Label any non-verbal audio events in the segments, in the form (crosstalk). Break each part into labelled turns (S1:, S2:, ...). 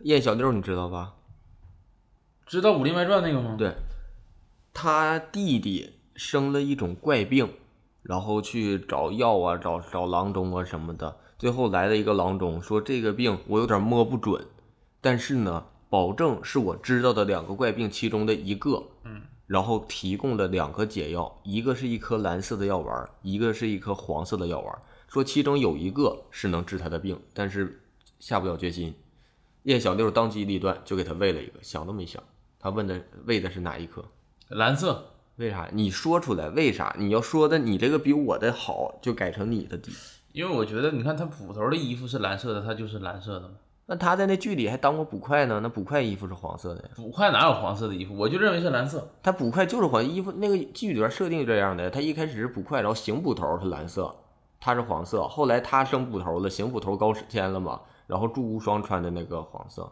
S1: 叶小六你知道吧？
S2: 知道《武林外传》那个吗？
S1: 对，他弟弟生了一种怪病，然后去找药啊，找找郎中啊什么的。最后来了一个郎中，说这个病我有点摸不准，但是呢，保证是我知道的两个怪病其中的一个。
S2: 嗯，
S1: 然后提供了两个解药，一个是一颗蓝色的药丸，一个是一颗黄色的药丸。说其中有一个是能治他的病，但是下不了决心。叶小六当机立断，就给他喂了一个，想都没想。他问的喂的是哪一颗？
S2: 蓝色，
S1: 为啥？你说出来为啥？你要说的你这个比我的好，就改成你的低。
S2: 因为我觉得你看他捕头的衣服是蓝色的，他就是蓝色的嘛。
S1: 那他在那剧里还当过捕快呢，那捕快衣服是黄色的呀。
S2: 捕快哪有黄色的衣服？我就认为是蓝色。
S1: 他捕快就是黄衣服，那个剧里边设定这样的。他一开始是捕快，然后刑捕头是蓝色，他是黄色。后来他升捕头了，刑捕头高迁了嘛，然后祝无双穿的那个黄色，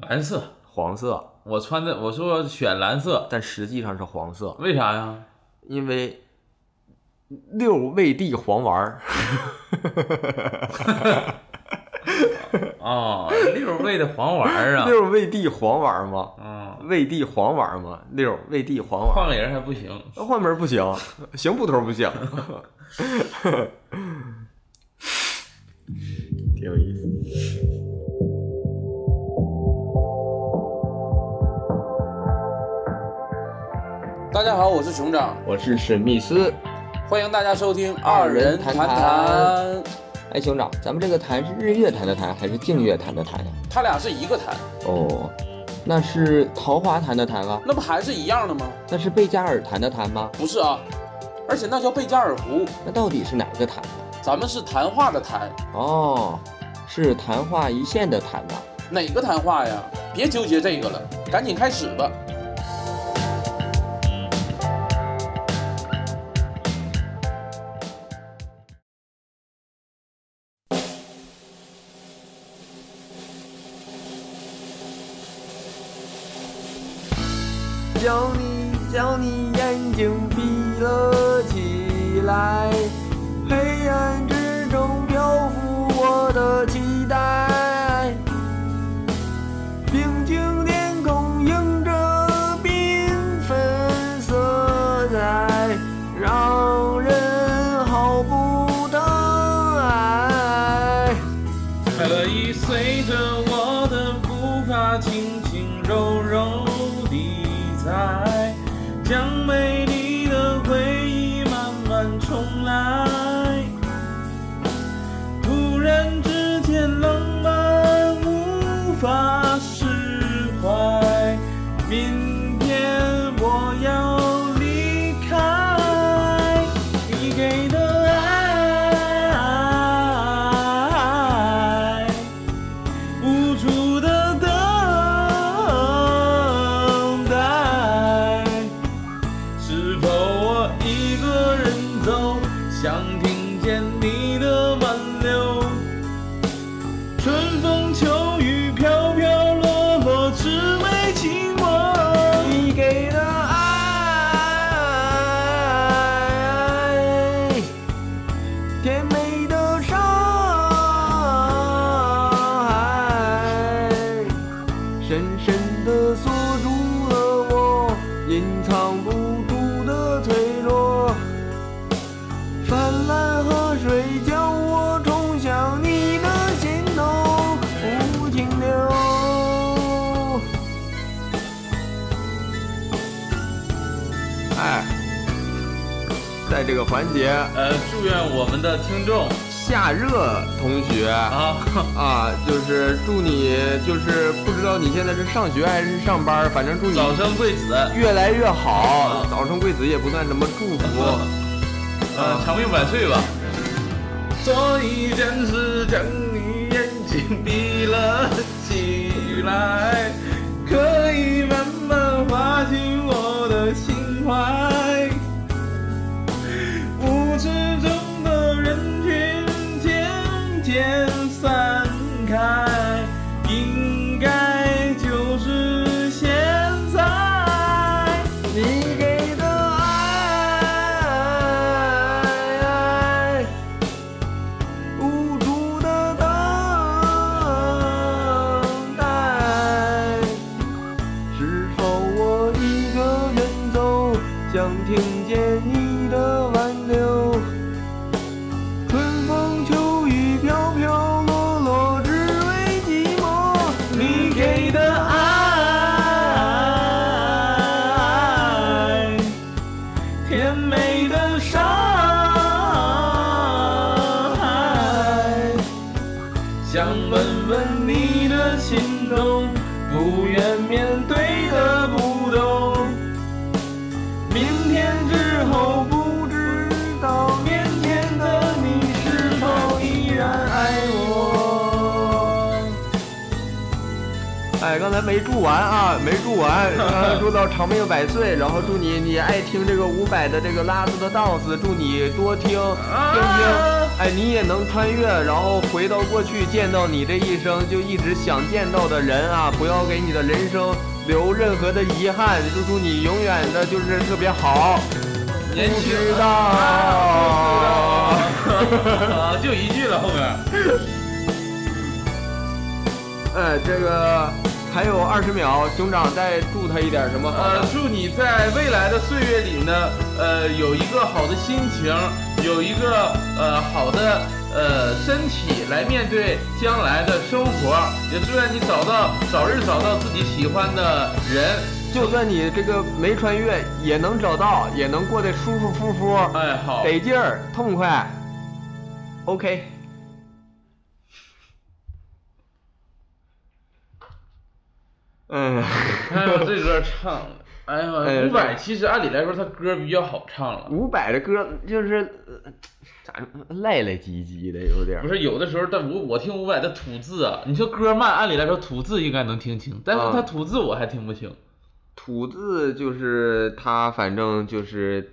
S2: 蓝色，
S1: 黄色，
S2: 我穿的我说选蓝色，
S1: 但实际上是黄色，
S2: 为啥呀？
S1: 因为六味地黄丸儿。 (laughs)
S2: 哦，六味的黄丸儿啊。
S1: 六味地黄丸儿吗？
S2: 嗯，
S1: 味地黄丸儿吗？六味地黄丸儿。
S2: 换个人还不行。
S1: 那换门儿不行，行捕头不行， (laughs) 挺有意思。
S3: 大家好，我是熊掌，
S1: 我是史密斯，
S3: 欢迎大家收听
S1: 二
S3: 二
S1: 人
S3: 人
S1: 谈
S3: 谈
S1: 谈
S3: 谈，
S1: 哎，兄长，咱们这个谈是日月潭的谈还是净月潭的潭呀、
S3: 他俩是一个谈，
S1: 哦，那是桃花潭的潭啊，
S3: 那不还是一样的吗？
S1: 那是贝加尔潭的潭吗？
S3: 不是啊，而且那叫贝加尔湖，
S1: 那到底是哪个潭？
S3: 咱们是谈话的谈，
S1: 哦，是昙花一现的昙吧？
S3: 哪个谈话呀？别纠结这个了，赶紧开始吧。
S1: 叫你叫你眼睛闭了起来，黑暗之中漂浮我的期待。平静天空映着缤纷色彩，让人好不疼爱。
S2: 可以随着我的步伐，轻轻柔柔地踩，将美丽的回忆慢慢重来。突然之间，浪漫无法释怀。明天我要离开，你给的爱，无助的等待。是否我一个人走，想听见你的挽留？春风秋雨飘飘落落，只为经过你给的爱，甜美的伤害，深深的锁住了我隐藏不住的脆弱。泛滥河水将我冲向你的心头，不停留。哎，在这个环节，呃，祝愿我们的听众
S1: 夏热同学
S2: 啊，
S1: 啊，就是祝你，就是不知道你现在是上学还是上班，反正祝你
S2: 早生贵子，
S1: 越来越好。早生贵子也不算什么祝福。
S2: (laughs) 呃，长命百岁吧。做一件事，将你眼睛闭了起来，可以慢慢滑进我的心怀。舞池中的人群渐渐散开，应该就是现在。
S1: 你给的爱，无助的等想问问你的心动，不愿面对的不懂。明天之后不知道，面前的你是否依然爱我？哎，刚才没祝完啊，没祝完，刚才祝到长命百岁，然后祝你你爱听这个伍佰的这个拉子的 dance，祝你多听听听，哎，你也能穿越，然后回到过去，见到你这一生就一直想见到的人啊，不要给你的人生留任何的遗憾，就祝你永远的就是特别好。
S2: 年
S1: 不
S2: 轻
S1: 知 (laughs)
S2: 哦
S1: 道。
S2: 啊，就一句了后面。
S1: 呃，这个还有二十秒，兄长再祝他一点什么好
S2: 呃
S1: 呢？，
S2: 祝你在未来的岁月里呢，呃，有一个好的心情，有一个呃好的呃身体来面对将来的生活。也祝愿你找到早日找到自己喜欢的人。
S1: 就算你这个没穿越，也能找到，也能过得舒舒服服，
S2: 哎，好，
S1: 得劲儿，痛快。OK。嗯，
S2: 哎呦，
S1: (laughs)
S2: 这歌唱的，哎
S1: 哎
S2: 呀，伍佰其实按理来说他歌比较好唱了，
S1: 伍佰的歌就是呃咋说赖赖唧唧的，有点儿
S2: 不是有的时候，但我我听伍佰的吐字啊，你说歌慢，按理来说吐字应该能听清，但是
S1: 啊
S2: 他吐字我还听不清。
S1: 土字就是他，反正就是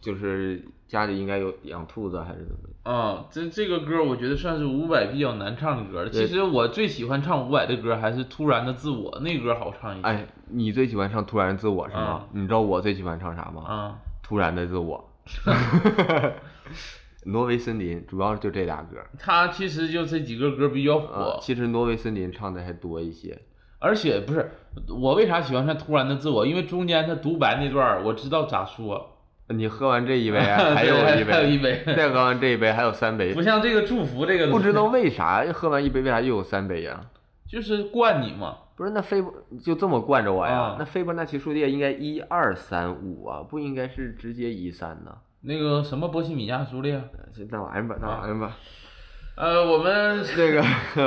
S1: 就是家里应该有养兔子还是怎么？
S2: 啊、这这个歌我觉得算是伍佰比较难唱的歌。
S1: 对
S2: 其实我最喜欢唱伍佰的歌还是《突然的自我》，那歌好唱一点。
S1: 哎，你最喜欢唱《突然自我》是吗？
S2: 嗯
S1: 你知道我最喜欢唱啥吗？
S2: 啊、
S1: 突然的自我》。挪威森林主要就这俩歌
S2: 他其实就这几个歌比较
S1: 啊
S2: 火，，
S1: 其实挪威森林唱的还多一些。
S2: 而且不是我为啥喜欢唱《突然的自我》，因为中间他独白那段儿我知道咋说，
S1: 你喝完这一杯，啊
S2: (laughs)
S1: 还
S2: 对
S1: 有一
S2: (laughs) 还有
S1: 杯，
S2: 一杯，
S1: 再喝完这一杯，还有三杯
S2: (laughs) 不。像这个祝福这个
S1: 不知道为啥喝完一杯，为啥又有三杯呀、
S2: 就是惯你嘛。
S1: 不是，那非波就这么惯着我呀？
S2: 啊
S1: 那斐波那契数列应该一二三五啊，不应该是直接一三呢？呃
S2: 那个什么波西米亚苏啊列，
S1: 那玩意儿吧，那玩意儿
S2: 啊
S1: 吧。
S2: 呃，我们
S1: (laughs) 这个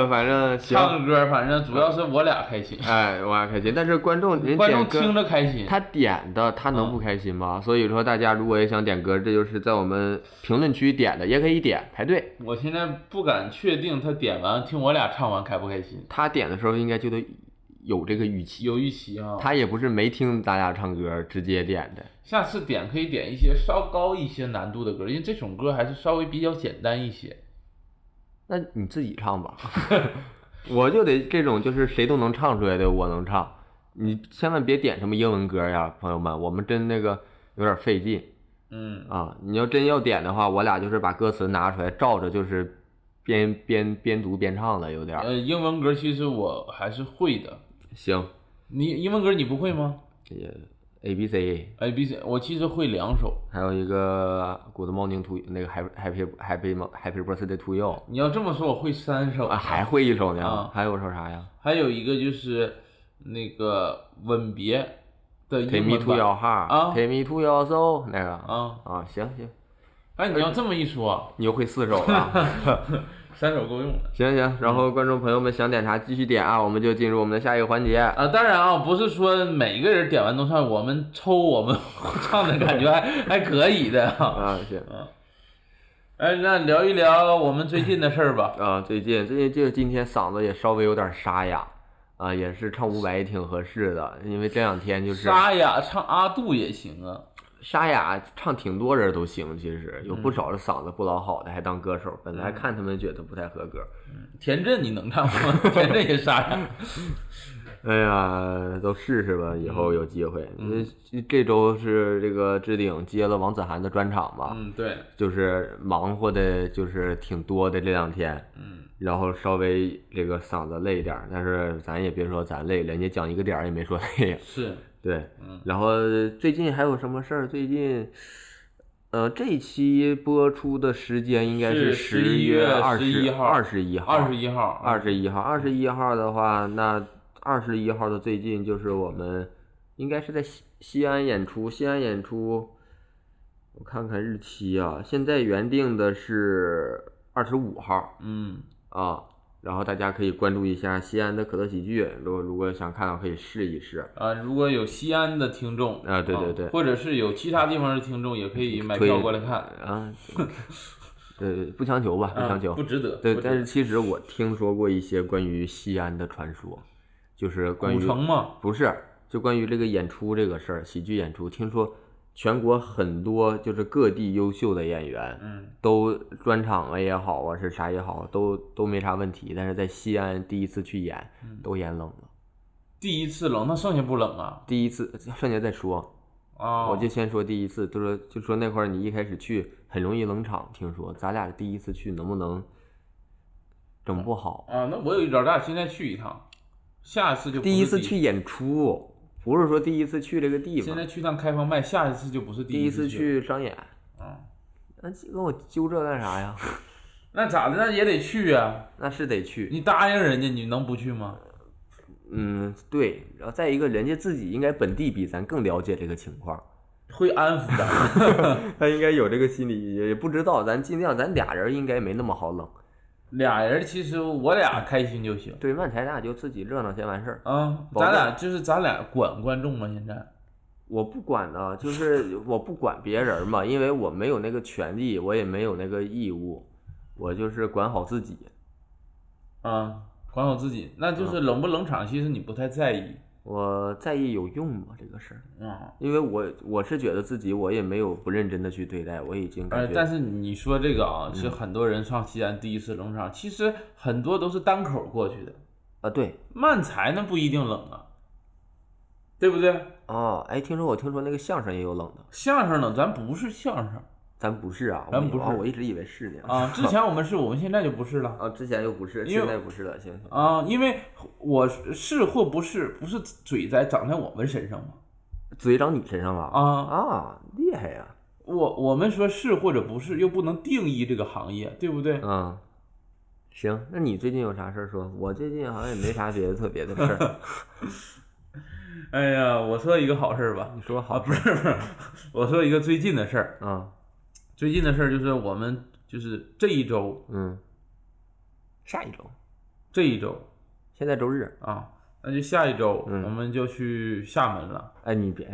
S1: 反正行，
S2: 唱歌，反正主要是我俩开心，
S1: 哎，我也开心。但是观众人
S2: 观
S1: 点
S2: 众听
S1: 歌，
S2: 着啊开心。
S1: 他点的，他能不开心吗？所以说，大家如果也想点歌，这就是在我们评论区点的，也可以点排队。
S2: 我现在不敢确定他点完听我俩唱完开不开心，
S1: 他点的时候应该就得有这个语气。
S2: 有预期啊。
S1: 他也不是没听咱俩唱歌直接点的，
S2: 下次点可以点一些稍高一些难度的歌，因为这种歌还是稍微比较简单一些。
S1: 那你自己唱吧， (laughs) 我就得这种就是谁都能唱出来的，我能唱。你千万别点什么英文歌呀，朋友们，我们真那个有点费劲
S2: 嗯，
S1: 啊。你要真要点的话，我俩就是把歌词拿出来照着就是边边边读边唱了，有点儿
S2: 呃，英文歌其实我还是会的。
S1: 行。
S2: 你英文歌你不会吗
S1: 也 A B C，
S2: ？A B C，我其实会两首。
S1: 还有一个 Good Morning to 那个 Happy Happy Happy Mo- Happy Birthday to You
S2: 你要这么说，我会三首
S1: 啊，。还会一首呢
S2: 啊，
S1: 还有首啥呀
S2: 还有一个就是那个吻别的
S1: ？Take
S2: 英
S1: me
S2: 文
S1: to
S2: 版
S1: your heart，Take me to your soul 那个
S2: 啊。
S1: 啊，行行。
S2: 哎，你要这么一说，啊
S1: 你又会四首了。
S2: 三首够用了。
S1: 行行，然后观众朋友们想点啥继续点啊，我们就进入我们的下一个环节。
S2: 嗯啊，当然啊，不是说每个人点完都唱，我们抽我们 (laughs) 唱的感觉还
S1: (laughs)
S2: 还可以的啊。
S1: 啊，行
S2: 哎，那聊一聊我们最近的事儿吧。
S1: 啊，最近最近就是今天嗓子也稍微有点沙哑啊，也是唱伍佰也挺合适的，因为这两天就是
S2: 沙哑唱阿杜也行啊，
S1: 沙哑唱挺多人都行，其实有
S2: 嗯
S1: 不少的嗓子不老好的还当歌手，本来看他们觉得不太合格，
S2: 田震你能
S1: (laughs)
S2: 唱吗？田震也沙哑。
S1: 哎呀，都试试吧，以
S2: 嗯
S1: 后有机会。这这周是这个置顶接了王子涵的专场嘛，
S2: 嗯，对，
S1: 就是忙活的，就是挺多的这两天，
S2: 嗯，
S1: 然后稍微这个嗓子累一点儿，但是咱也别说咱累，人家讲一个点儿也没说累，
S2: 是，
S1: (laughs) 对，
S2: 嗯
S1: 然后最近还有什么事儿？最近，呃，这一期播出的时间应该
S2: 是
S1: 十
S2: 11
S1: 月
S2: 月
S1: 二
S2: 11号
S1: 二十一号，
S2: 二十一号，
S1: 二十一号，二十一号的话，那二十一号的最近就是我们应该是在西西安演出，西安演出，我看看日期啊，现在原定的是二十五号
S2: 嗯，
S1: 啊，然后大家可以关注一下西安的可乐喜剧，如果如果想看到可以试一试。
S2: 啊，如果有西安的听众
S1: 啊对对对
S2: 或者是有其他地方的听众，也可以买
S1: 可以
S2: 票过来看， (laughs)
S1: 啊，呃，不强求吧，不强求。
S2: 啊不值得。
S1: 对，
S2: 不值
S1: 但
S2: 得
S1: 是其实我听说过一些关于西安的传说，就是关
S2: 古
S1: 于
S2: 城嘛，
S1: 不是，就关于这个演出这个事儿，喜剧演出，听说全国很多就是各地优秀的演员
S2: 嗯，
S1: 都专场了也好啊，是啥也好，都都没啥问题，但是在西安第一次去演
S2: 嗯
S1: 都演冷了，
S2: 第一次冷，那剩下不冷啊？
S1: 第一次剩下再说，
S2: 啊，
S1: 我就先说第一次，就说就说那块儿你一开始去很容易冷场，听说咱俩第一次去能不能整不好？
S2: 啊，那我有一招，咱俩现在去一趟，下一次就不是
S1: 第一次去，演出，不是说第一次去这个地
S2: 现
S1: 方
S2: 在，去趟开放麦，下一次就不是
S1: 第
S2: 一
S1: 一次
S2: 去，
S1: 去商演，
S2: 嗯，
S1: 那跟我揪这干啥呀？
S2: 那咋的？那也得去啊！
S1: 那是得去，
S2: 你答应人家，你能不去吗？
S1: 嗯，对。然后再一个，人家自己应该本地比咱更了解这个情况，
S2: 会安抚
S1: (laughs)
S2: 的。
S1: 他应该有这个心理，也不知道。咱尽量，咱俩人应该没那么好冷。
S2: 俩人其实我俩开心就行
S1: 对，漫才咱俩就自己热闹先完事儿。
S2: 啊，
S1: 保
S2: 咱
S1: 证
S2: 俩就是咱俩管观众吗？现在
S1: 我不管呢，就是我不管别人嘛，因为我没有那个权利，我也没有那个义务，我就是管好自己。
S2: 啊，管好自己，那
S1: 啊
S2: 就是冷不冷场，其实你不太在意
S1: 我在意有用吗？这个事儿，
S2: 啊。
S1: 因为我我是觉得自己我也没有不认真的去对待，我已经
S2: 哎
S1: 感，觉、
S2: 但是你说这个啊，
S1: 嗯
S2: 是很多人上西安第一次冷场，其实很多都是单口过去的，
S1: 啊对
S2: 慢才那不一定冷啊，对不对？
S1: 哦，哎，听说我听说那个相声也有冷的，
S2: 相声呢，咱不是相
S1: (laughs)
S2: 声
S1: 咱不是啊，
S2: 咱
S1: 我以
S2: 不是
S1: 哦我一直以为是呢
S2: 啊，之前我们是，我们现在就不是了。
S1: (laughs) 啊，之前又不是，
S2: 因
S1: 现
S2: 为
S1: 在不是了，行行
S2: 啊，因为我是是或不是，不是嘴在长在我们身上嘛。
S1: 嘴长你身上了
S2: 啊，
S1: 啊，厉害呀、
S2: 我我们说是或者不是，又不能定义这个行业，对不对？
S1: 嗯，行，那你最近有啥事儿说？我最近好像也没啥别的特别的事儿。
S2: 哎呀，我说一个好事儿吧，
S1: 你说
S2: 啊，
S1: 好
S2: 不是不是，我说一个最近的事儿。
S1: 啊，
S2: 最近的事儿就是我们就是这一周，
S1: 嗯，下一周，
S2: 这一周
S1: 现在周日。
S2: 啊，那就下一周、
S1: 嗯
S2: 我们就去厦门了。
S1: 哎，你别，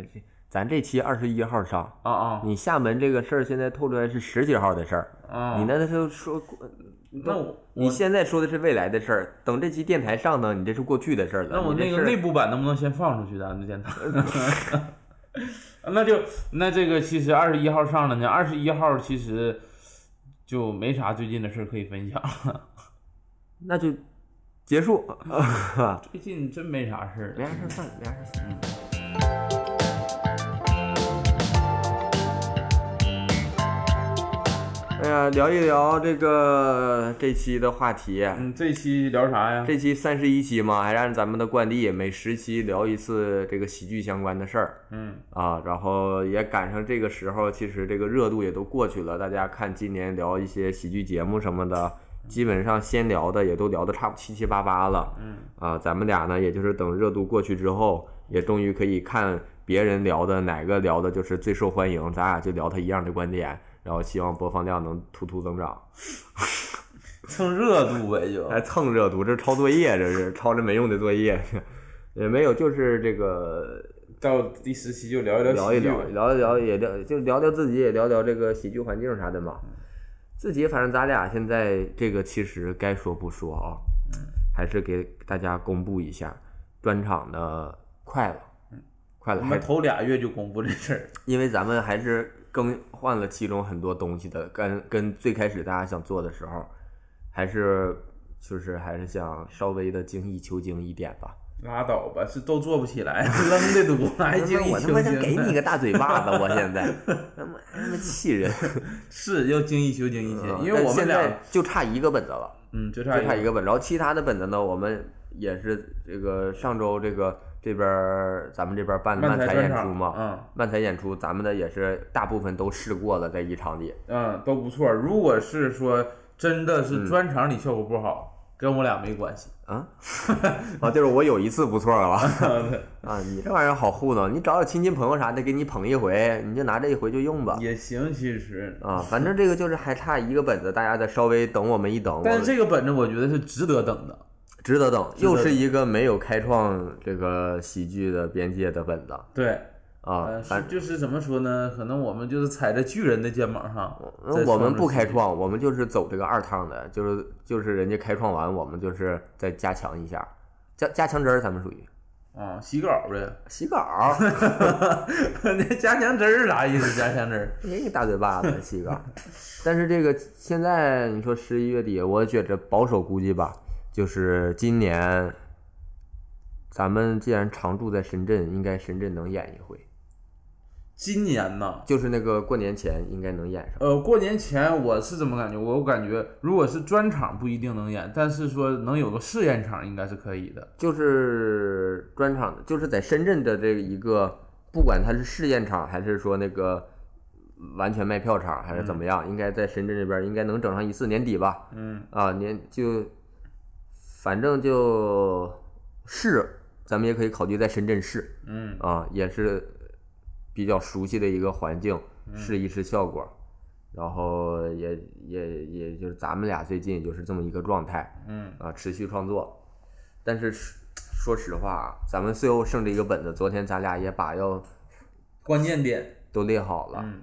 S1: 咱这期二十一号上，
S2: 啊啊
S1: 你厦门这个事儿现在透出来是十几号的事儿，
S2: 啊！
S1: 你那都说过，
S2: 那我
S1: 你
S2: 我
S1: 现在说的是未来的事儿，等这期电台上呢，你这是过去的事儿了。
S2: 那我
S1: 你这
S2: 那个
S1: 事儿
S2: 内部版能不能先放出去咱们电台？
S1: 呃
S2: (laughs) 那就那这个其实二十一号上了呢，二十一号其实就没啥最近的事儿可以分享，
S1: 那就结束，
S2: (laughs) 最近真没啥事儿。
S1: 没啥事儿算了，没啥事儿算了。哎呀，聊一聊这个这期的话题。啊
S2: 嗯，这期聊啥呀？
S1: 这期三十一期嘛，还是按咱们的惯例，每十期聊一次这个喜剧相关的事儿
S2: 嗯，
S1: 啊。然后也赶上这个时候，其实这个热度也都过去了。大家看今年聊一些喜剧节目什么的，基本上先聊的也都聊的差不七七八八了。
S2: 嗯，
S1: 啊，咱们俩呢，也就是等热度过去之后，也终于可以看别人聊的哪个聊的就是最受欢迎，咱俩就聊他一样的观点。然后希望播放量能突突增长，
S2: 蹭热度呗就。
S1: 来蹭热度，这是抄作业，这是抄着没用的作业， (laughs) 也没有，就是这个
S2: 到第十期就聊一聊
S1: 聊一
S2: 喜剧
S1: 聊，聊一聊，也聊就聊聊自己，也聊聊这个喜剧环境啥的
S2: 嗯
S1: 嘛。自己反正咱俩现在这个其实该说不说啊，
S2: 嗯
S1: 还是给大家公布一下专场的快了，快了，
S2: 嗯我
S1: 还
S2: 们头俩月就公布这事儿。
S1: 因为咱们还是更换了其中很多东西的，跟跟最开始大家想做的时候，还是就是还是想稍微的精益求精一点吧。
S2: 拉倒吧，是都做不起来， (laughs) 扔的多，还哎精益
S1: 我他
S2: 求
S1: 妈想
S2: 精
S1: 给你
S2: 呢。
S1: 个大嘴巴子，我现
S2: (laughs)
S1: 在他妈他妈气人。嗯
S2: 是要精益求精一些，因为
S1: 但
S2: 我们
S1: 现
S2: 俩
S1: 在，就差一个本子了，
S2: 嗯，就
S1: 就
S2: 差
S1: 差一个本子。然后其他的本子呢，我们也是这个上周这个这边儿咱们这边儿办的
S2: 漫
S1: 漫才
S2: 专
S1: 演
S2: 场
S1: 出嘛，
S2: 嗯。
S1: 漫才演出咱们的也是大部分都试过了，在一场里。嗯
S2: 嗯，都不错。如果是说真的是专场里效果不好，跟我俩没关系。
S1: 啊， (laughs) 啊，就是我有一次不错了
S2: (laughs)
S1: (laughs) 啊，你这玩意儿好糊弄，你找找亲戚朋友啥的给你捧一回，你就拿这一回就用吧。
S2: 也行，其实，
S1: 啊，反正这个就是还差一个本子，大家再稍微等我们一等，我啊
S2: 但是
S1: 们
S2: 这个本子我觉得是值得等的。
S1: 值得等，
S2: 值得
S1: 又
S2: 等
S1: 是一个没有开创这个喜剧的边界的本子
S2: 对，
S1: 啊
S2: 呃，，
S1: 反
S2: 是就是怎么说呢？可能我们就是踩着巨人的肩膀上，在
S1: 那嗯我们
S2: 创作
S1: 不
S2: 自
S1: 开
S2: 己。
S1: 创，我们就是走这个二趟的，就是就是人家开创完，我们就是再加强一下，加加强针儿，咱们属于
S2: 啊，洗稿呗。 (laughs)
S1: 洗稿儿，
S2: 那加强针儿啥意思？加强针儿
S1: 给你大嘴巴子洗稿儿。但是这个现在你说十一月底，我觉着保守估计吧，就是今年，咱们既然常住在深圳，应该深圳能演一回，
S2: 今年呢？
S1: 就是那个过年前应该能演上。
S2: 呃，过年前我是怎么感觉？我感觉如果是专场不一定能演，但是说能有个试验场应该是可以的。
S1: 就是专场的，就是在深圳的这一个，不管它是试验场还是说那个完全卖票场还是怎么样，应该在深圳这边应该能整上一次年底吧？
S2: 嗯，
S1: 啊，年就反正就是咱们也可以考虑在深圳市
S2: 嗯，
S1: 啊，也是比较熟悉的一个环境，
S2: 嗯
S1: 试一试效果。然后也也也就是咱们俩最近就是这么一个状态，
S2: 嗯，
S1: 啊，持续创作。但是说说实话啊，咱们最后剩这一个本子，昨天咱俩也把要
S2: 关键点，
S1: 都列好了，
S2: 嗯，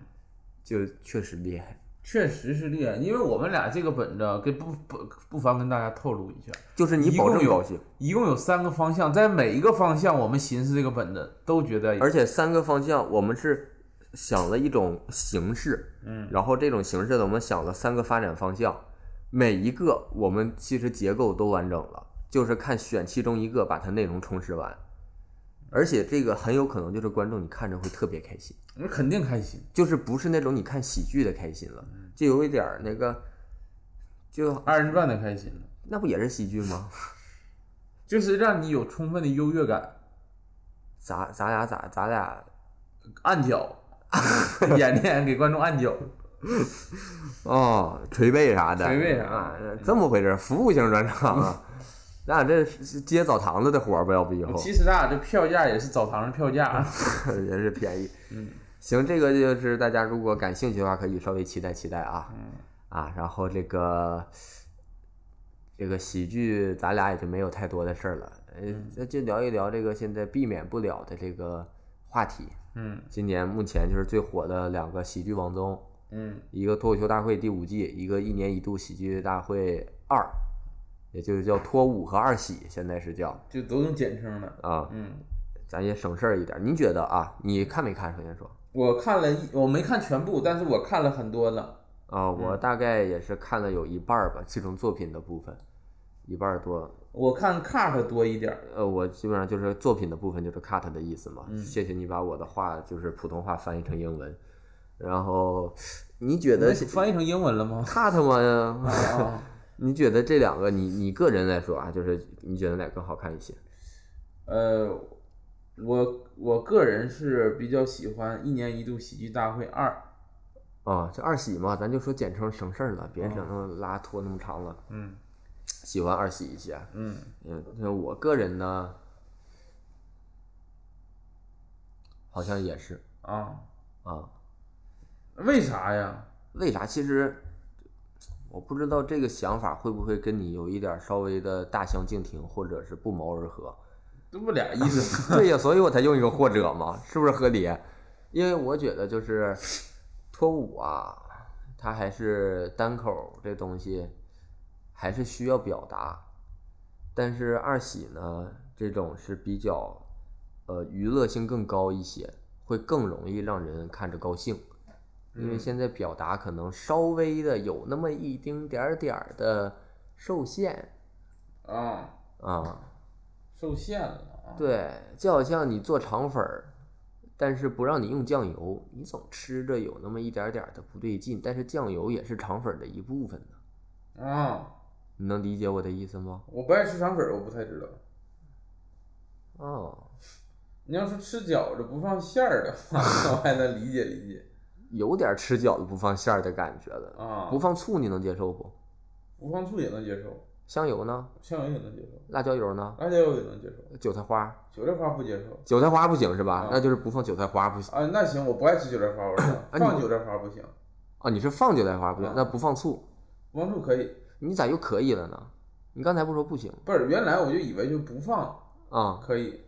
S1: 就确实厉害。
S2: 确实是厉害，因为我们俩这个本子跟不不不妨跟大家透露一下，
S1: 就是你
S2: 一
S1: 保
S2: 共
S1: 证
S2: 有
S1: 高兴，
S2: 一共有三个方向，在每一个方向我们寻思这个本子都觉得，
S1: 而且三个方向我们是想了一种形式，
S2: 嗯，
S1: 然后这种形式呢，我们想了三个发展方向，每一个我们其实结构都完整了，就是看选其中一个把它内容充实完。而且这个很有可能就是观众你看着会特别开心，
S2: 我肯定开心。
S1: 就是不是那种你看喜剧的开心了，就有一点儿那个，就
S2: 二人转的开心，
S1: 那不也是喜剧吗？ (laughs)
S2: 就是让你有充分的优越感。
S1: 咱咱俩咋咱俩
S2: 按 (laughs) 脚，演的演给观众按脚，
S1: 哦捶背啥的，
S2: 捶背啥嗯
S1: 啊，这么回事儿，服务型专场啊， (laughs) 咱俩这是接澡堂子的活儿吧，要不以后
S2: 呃其实咱俩这票价也是澡堂的票 (laughs) 价。
S1: (laughs) 也是便宜。嗯，行，这个就是大家如果感兴趣的话，可以稍微期待期待啊。嗯，啊，然后这个这个喜剧，咱俩也就没有太多的事儿了。呃，
S2: 嗯
S1: 那就聊一聊这个现在避免不了的这个话题。
S2: 嗯
S1: 今年目前就是最火的两个喜剧王宗，
S2: 嗯，
S1: 一个脱口秀大会第五季，一个一年一度喜剧大会二，也就是叫脱五和二喜，现在是叫
S2: 就都用简称了。
S1: 啊，
S2: 嗯，
S1: 咱也省事儿一点。您觉得啊？你看没看？首先说
S2: 我看了一，我没看全部，但是我看了很多了。
S1: 啊，
S2: 嗯
S1: 我大概也是看了有一半儿吧，这种作品的部分，一半儿多。
S2: 我看 cut 多一点儿，
S1: 呃，我基本上就是作品的部分就是 cut 的意思嘛。
S2: 嗯
S1: 谢谢你把我的话就是普通话翻译成英文，然后你觉
S2: 那
S1: 得
S2: 翻译成英文了吗？
S1: cut 吗？
S2: 啊，
S1: (laughs) 你觉得这两个，你你个人来说啊，就是你觉得哪个更好看一些？
S2: 呃，我我个人是比较喜欢《一年一度喜剧大会二》。
S1: 啊，这二喜嘛，咱就说简称省事儿了，别整那么拉拖那么长了。
S2: 嗯
S1: 喜欢二喜一些，
S2: 嗯，
S1: 嗯，那我个人呢，好像也是
S2: 啊，
S1: 啊。
S2: 为啥呀？
S1: 为啥？其实我不知道这个想法会不会跟你有一点儿稍微的大相径庭，或者是不谋而合。
S2: 这不俩意 (laughs) 思吗？
S1: 对呀，所以我才用一个或者嘛，是不是合理？因为我觉得就是脱舞啊，它还是单口这东西，还是需要表达。但是二喜呢，这种是比较呃娱乐性更高一些，会更容易让人看着高兴。因为现在表达可能稍微的有那么一丁点儿点儿的受限
S2: 啊，
S1: 啊，
S2: 受限了啊。
S1: 对，就好像你做肠粉儿，但是不让你用酱油，你总吃着有那么一点点儿的不对劲。但是酱油也是肠粉儿的一部分呢，
S2: 啊，
S1: 你能理解我的意思吗？
S2: 我不爱吃肠粉儿，我不太知道。
S1: 哦，
S2: 你要说吃饺子不放馅儿的话， (laughs) 我还能理解理解
S1: 有点吃饺子不放馅儿的感觉了。
S2: 啊。
S1: 不放醋你能接受不？
S2: 不放醋也能接受，
S1: 香油呢？
S2: 香油也能接受，
S1: 辣椒油呢？
S2: 辣椒油也能接受，
S1: 韭菜花？
S2: 韭菜花不接受
S1: 韭菜花不行是吧
S2: 啊？
S1: 那就是不放韭菜花不行
S2: 啊。那行，我不爱吃韭菜花，我知道
S1: 你
S2: (coughs) 放韭菜花不行，
S1: 啊？你是放韭菜花不行
S2: 啊，
S1: 那不放醋，
S2: 王柱可以。
S1: 你咋又可以了呢？你刚才不说不行
S2: 不是，原来我就以为就不放
S1: 啊？
S2: 可以，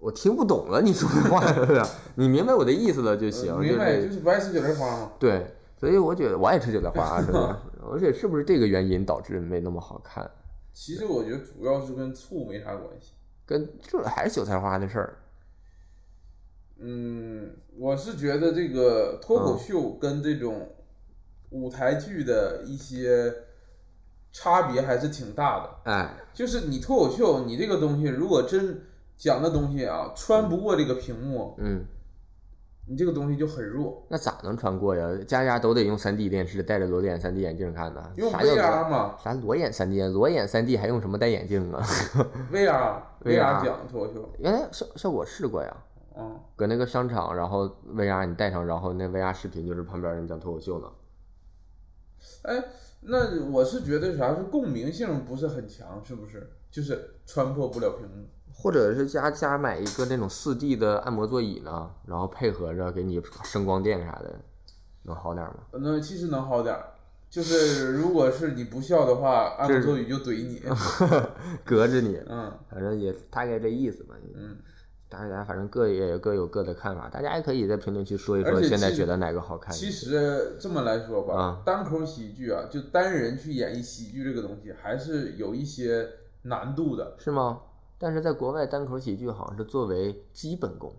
S1: 我听不懂了你说的话， (laughs) 是不是？你明白我的意思了就行，就
S2: 呃明白，
S1: 是
S2: 就是不爱吃韭菜花嘛。
S1: 对，所以我觉得我爱吃韭菜花啊，是吧？而且是不是这个原因导致没那么好看？
S2: 其实我觉得主要是跟醋没啥关系。
S1: 跟这还是韭菜花的事儿
S2: 嗯，我是觉得这个脱口秀跟这种舞台剧的一些差别还是挺大的。
S1: 哎，
S2: 就是你脱口秀，你这个东西如果真讲的东西啊，穿不过这个屏幕，
S1: 嗯，
S2: 你这个东西就很弱。
S1: 那咋能穿过呀？家家都得用 3D 电视，戴着裸眼 3D 眼镜看呢。
S2: 用
S1: 啥叫裸
S2: VR 嘛
S1: 啥裸眼 3D？裸眼 3D 还用什么戴眼镜啊？ (laughs)
S2: ，VR
S1: VR
S2: 讲脱口秀，
S1: 原来效效果试过呀，
S2: 嗯，
S1: 搁那个商场，然后 VR 你戴上，然后那 VR 视频就是旁边人讲脱口秀呢。
S2: 哎，那我是觉得啥是共鸣性不是很强，是不是？就是穿破不了屏幕。
S1: 或者是家家买一个那种4 D 的按摩座椅呢，然后配合着给你声光电啥的，能好点吗？ (laughs)
S2: 那其实能好点儿，就是如果是你不笑的话，按摩
S1: 这是
S2: 座椅就怼你。
S1: 隔着你，
S2: 嗯
S1: 反正也大概这意思吧。
S2: 嗯，
S1: 大家反正各也各有各的看法，大家也可以在评论区说一
S2: 而
S1: 说
S2: 且
S1: 现在
S2: 其实
S1: 觉得哪个好看。
S2: 其实呃这么来说吧，
S1: 啊
S2: 单口喜剧啊，就单人去演绎喜剧这个东西，还是有一些难度的。
S1: 是吗？但是在国外，单口喜剧好像是作为基本功，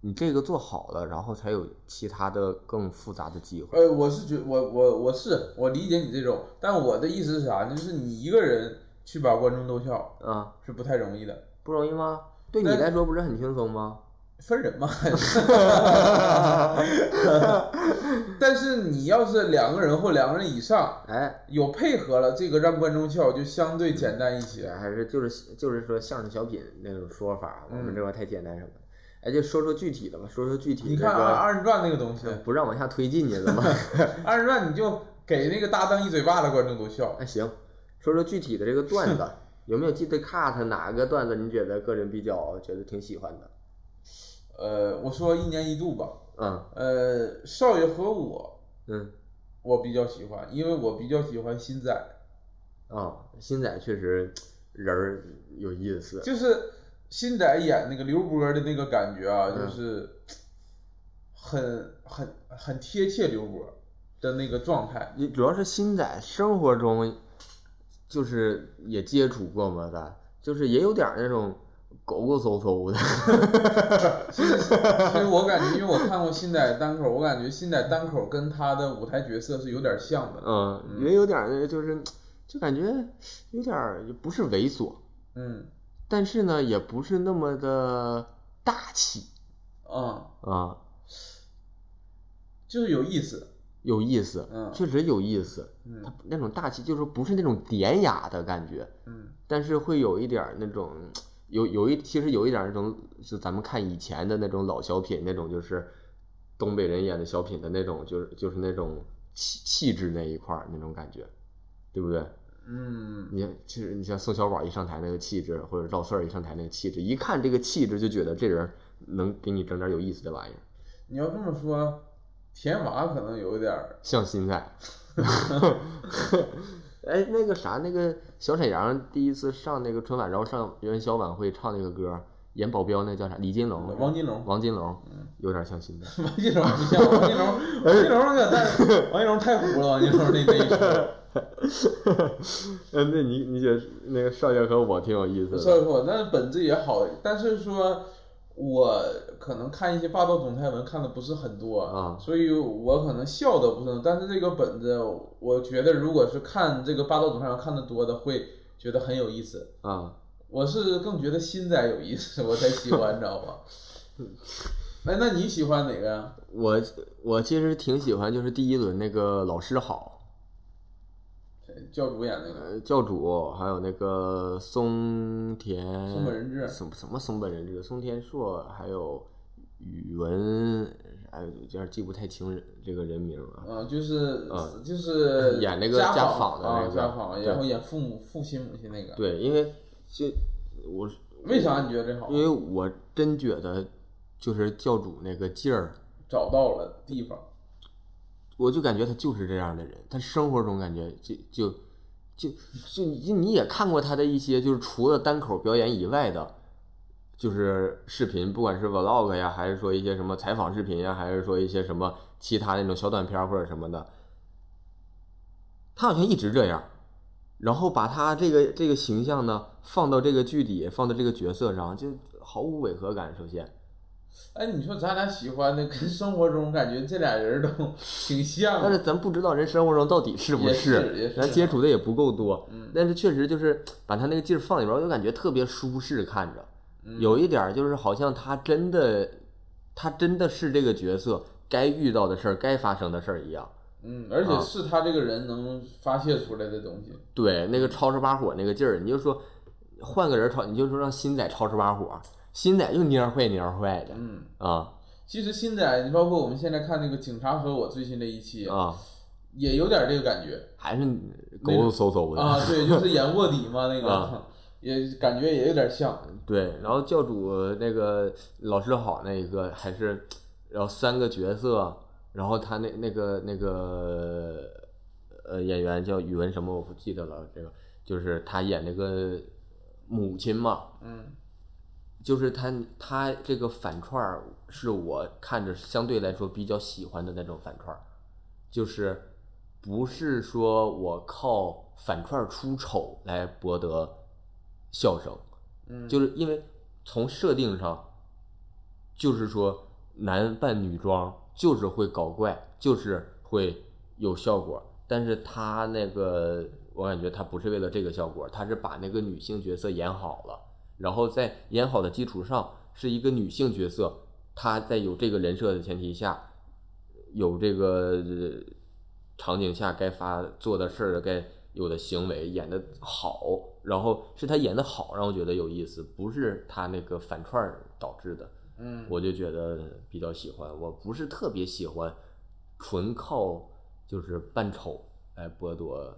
S1: 你这个做好了，然后才有其他的更复杂的机会。
S2: 呃，我是觉我我我是我理解你这种，但我的意思是啥？就是你一个人去把观众逗笑
S1: 啊，
S2: 是不太容易的，
S1: 不容易吗？对你
S2: 但
S1: 来说不是很轻松吗？
S2: 分人嘛。嗯 (laughs) 但是你要是两个人或两个人以上，
S1: 哎，
S2: 有配合了，这个让观众笑就相对简单一
S1: 也
S2: 些。
S1: 还是就是就是说相声小品那种说法，我
S2: 嗯
S1: 们这块太简单什么的。哎，就说说具体的吧，嗯说说具体
S2: 你
S1: 这
S2: 看二
S1: 个
S2: 二人转那个东西，
S1: 不让往下推进去了
S2: (laughs)
S1: 吗？
S2: 二人转你就给那个搭档一嘴巴子，观众都笑。
S1: 那哎行，说说具体的这个段子，有没有记得 cut 哪个段子？你觉得个人比较觉得挺喜欢的？
S2: 呃，我说一年一度吧，
S1: 嗯
S2: 呃，少爷和我
S1: 嗯
S2: 我比较喜欢，因为我比较喜欢新仔，
S1: 哦，新仔确实人儿有意思，
S2: 就是新仔演那个刘波的那个感觉啊，就是很很很贴切刘波的那个状态。
S1: 你主要是新仔生活中就是也接触过嘛，咱就是也有点儿那种狗狗嗖嗖的， (laughs)
S2: 其实，其实我感觉，因为我看过新仔单口，我感觉新仔单口跟他的舞台角色是有点像的。
S1: 嗯，也有点儿那就是就感觉有点儿不是猥琐，
S2: 嗯，
S1: 但是呢也不是那么的大气
S2: 啊、
S1: 啊。
S2: 就是有意思。
S1: 有意思，
S2: 嗯
S1: 确实有意思。
S2: 嗯
S1: 它那种大气，就是说不是那种典雅的感觉，
S2: 嗯
S1: 但是会有一点儿那种，有有一其实有一点儿那种，就咱们看以前的那种老小品，那种就是东北人演的小品的那种，就是就是那种气气质那一块儿那种感觉，对不对？
S2: 嗯，
S1: 你其实你像宋小宝一上台那个气质，或者赵四儿一上台那个气质，一看这个气质就觉得这人能给你整点有意思的玩意儿，
S2: 你要这么说，田娃可能有一点儿，
S1: 像新在。 (laughs) 哎，那个啥，那个小沈阳第一次上那个春晚，然后上元宵晚会唱那个歌，演保镖那叫啥？李金嗯龙，
S2: 王金龙
S1: 王金龙，有点像新在。 (laughs)
S2: 王金龙不像王金龙，王金龙有点太，王金龙太糊了，王金龙那那一出。
S1: 嗯，那你你觉得那个少爷和我挺有意思
S2: 所
S1: 的？
S2: 以说，那本质也好，但是说。我可能看一些霸道总裁文看的不是很多
S1: 啊
S2: 所以我可能笑的不是很多，但是这个本子，我觉得如果是看这个霸道总裁文看的多的，会觉得很有意思。
S1: 啊，
S2: 我是更觉得新仔有意思，我才喜欢，你知道
S1: (laughs)
S2: 吧？哎，那你喜欢哪个呀？
S1: 我我其实挺喜欢，就是第一轮那个老师好，
S2: 教主演那个
S1: 呃，教主，还有那个松田
S2: 松本人志
S1: 什么什么松本人志、松田硕，还有宇文，哎，有点记不太清人这个人名啊。
S2: 啊，就是
S1: 啊
S2: 就是
S1: 演那个
S2: 家
S1: 家访的那
S2: 啊
S1: 个
S2: 家访，
S1: 对
S2: 然后演父母父亲母亲那个。
S1: 对，因为这我是
S2: 为啥你觉得这好？
S1: 因为我真觉得就是教主那个劲儿，
S2: 找到了地方，
S1: 我就感觉他就是这样的人，他生活中感觉就就就就就你也看过他的一些，就是除了单口表演以外的，就是视频，不管是 vlog 呀，还是说一些什么采访视频呀，还是说一些什么其他那种小短片儿或者什么的，他好像一直这样。然后把他这个这个形象呢放到这个剧里，放到这个角色上，就毫无违和感。首先，
S2: 哎，你说咱俩喜欢的跟生活中感觉这俩人都挺像
S1: 但是
S2: 的，
S1: 咱不知道人生活中到底是不
S2: 也
S1: 是，
S2: 是也是啊
S1: 咱接触的也不够多。
S2: 嗯
S1: 但是确实就是把他那个劲儿放里边儿，我就感觉特别舒适，看着。
S2: 嗯
S1: 有一点儿就是好像他真的，他真的是这个角色该遇到的事儿、该发生的事儿一样。
S2: 嗯，而且
S1: 啊
S2: 是他这个人能发泄出来的东西，
S1: 对，
S2: 嗯
S1: 那个超市把火那个劲儿，你就说换个人超，你就说让新仔超市把火，新仔就蔫坏蔫坏的
S2: 嗯。
S1: 啊
S2: 其实新仔，你包括我们现在看那个《警察和我》最新的一期，
S1: 啊，
S2: 也有点这个感觉
S1: 还是狗狗嗖嗖的。
S2: 啊，
S1: (laughs)
S2: 对，就是演卧底嘛，那个
S1: 啊
S2: 也感觉也有点像，
S1: 对，然后教主那个老师好那一个还是，然后三个角色，然后他那那个那个呃演员叫宇文什么我不记得了，这个就是他演那个母亲嘛，
S2: 嗯
S1: 就是他他这个反串儿是我看着相对来说比较喜欢的那种反串儿，就是不是说我靠反串儿出丑来博得笑声，
S2: 嗯，
S1: 就是因为从设定上，就是说男扮女装就是会搞怪，就是会有效果。但是他那个，我感觉他不是为了这个效果，他是把那个女性角色演好了，然后在演好的基础上，是一个女性角色，她在有这个人设的前提下，有这个呃场景下该发做的事儿，该有的行为演的好，然后是他演的好让我觉得有意思，不是他那个反串儿导致的，
S2: 嗯，
S1: 我就觉得比较喜欢。我不是特别喜欢纯靠就是扮丑来剥夺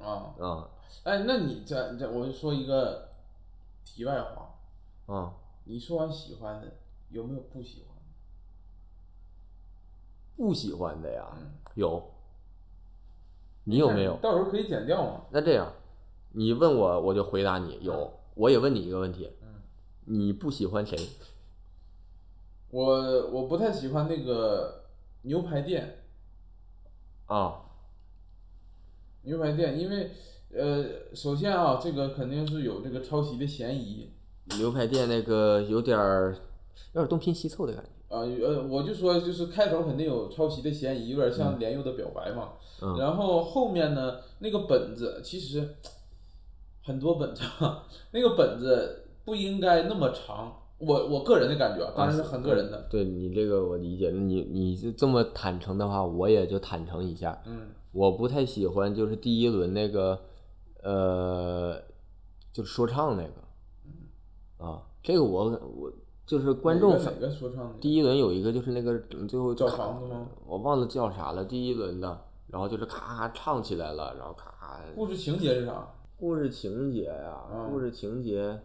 S2: 啊，
S1: 啊
S2: 哎，那你这这，我就说一个题外话，
S1: 啊，
S2: 你说完喜欢的，有没有不喜欢的？
S1: 不喜欢的呀
S2: 嗯，
S1: 有，你有没有？
S2: 到时候可以剪掉嘛。
S1: 那这样，你问我，我就回答你有。我也问你一个问题，
S2: 嗯，
S1: 你不喜欢谁？
S2: 我我不太喜欢那个牛排店，
S1: 啊，
S2: 牛排店，因为呃，首先啊，这个肯定是有这个抄袭的嫌疑
S1: 牛排店那个有点儿，有点儿东拼西凑的感觉。
S2: 啊，呃，我就说就是开头肯定有抄袭的嫌疑，有点像莲佑的表白嘛。
S1: 嗯
S2: 然后后面呢，那个本子其实很多本子，啊那个本子不应该那么长。我我个人的感觉啊，当然是很个人的，
S1: 对你这个我理解，你你就这么坦诚的话，我也就坦诚一下。
S2: 嗯
S1: 我不太喜欢就是第一轮那个，呃，就是说唱那个，
S2: 嗯
S1: 啊，这个我我就是观众
S2: 哪个
S1: 反
S2: 哪个说唱的？
S1: 第一轮有一个就是那个嗯最后
S2: 找
S1: 咔
S2: 房子吗？
S1: 我忘了叫啥了，第一轮的，然后就是咔咔唱起来了，然后咔咔
S2: 故事情节是啥？
S1: 故事情节呀、
S2: 嗯
S1: 故事情节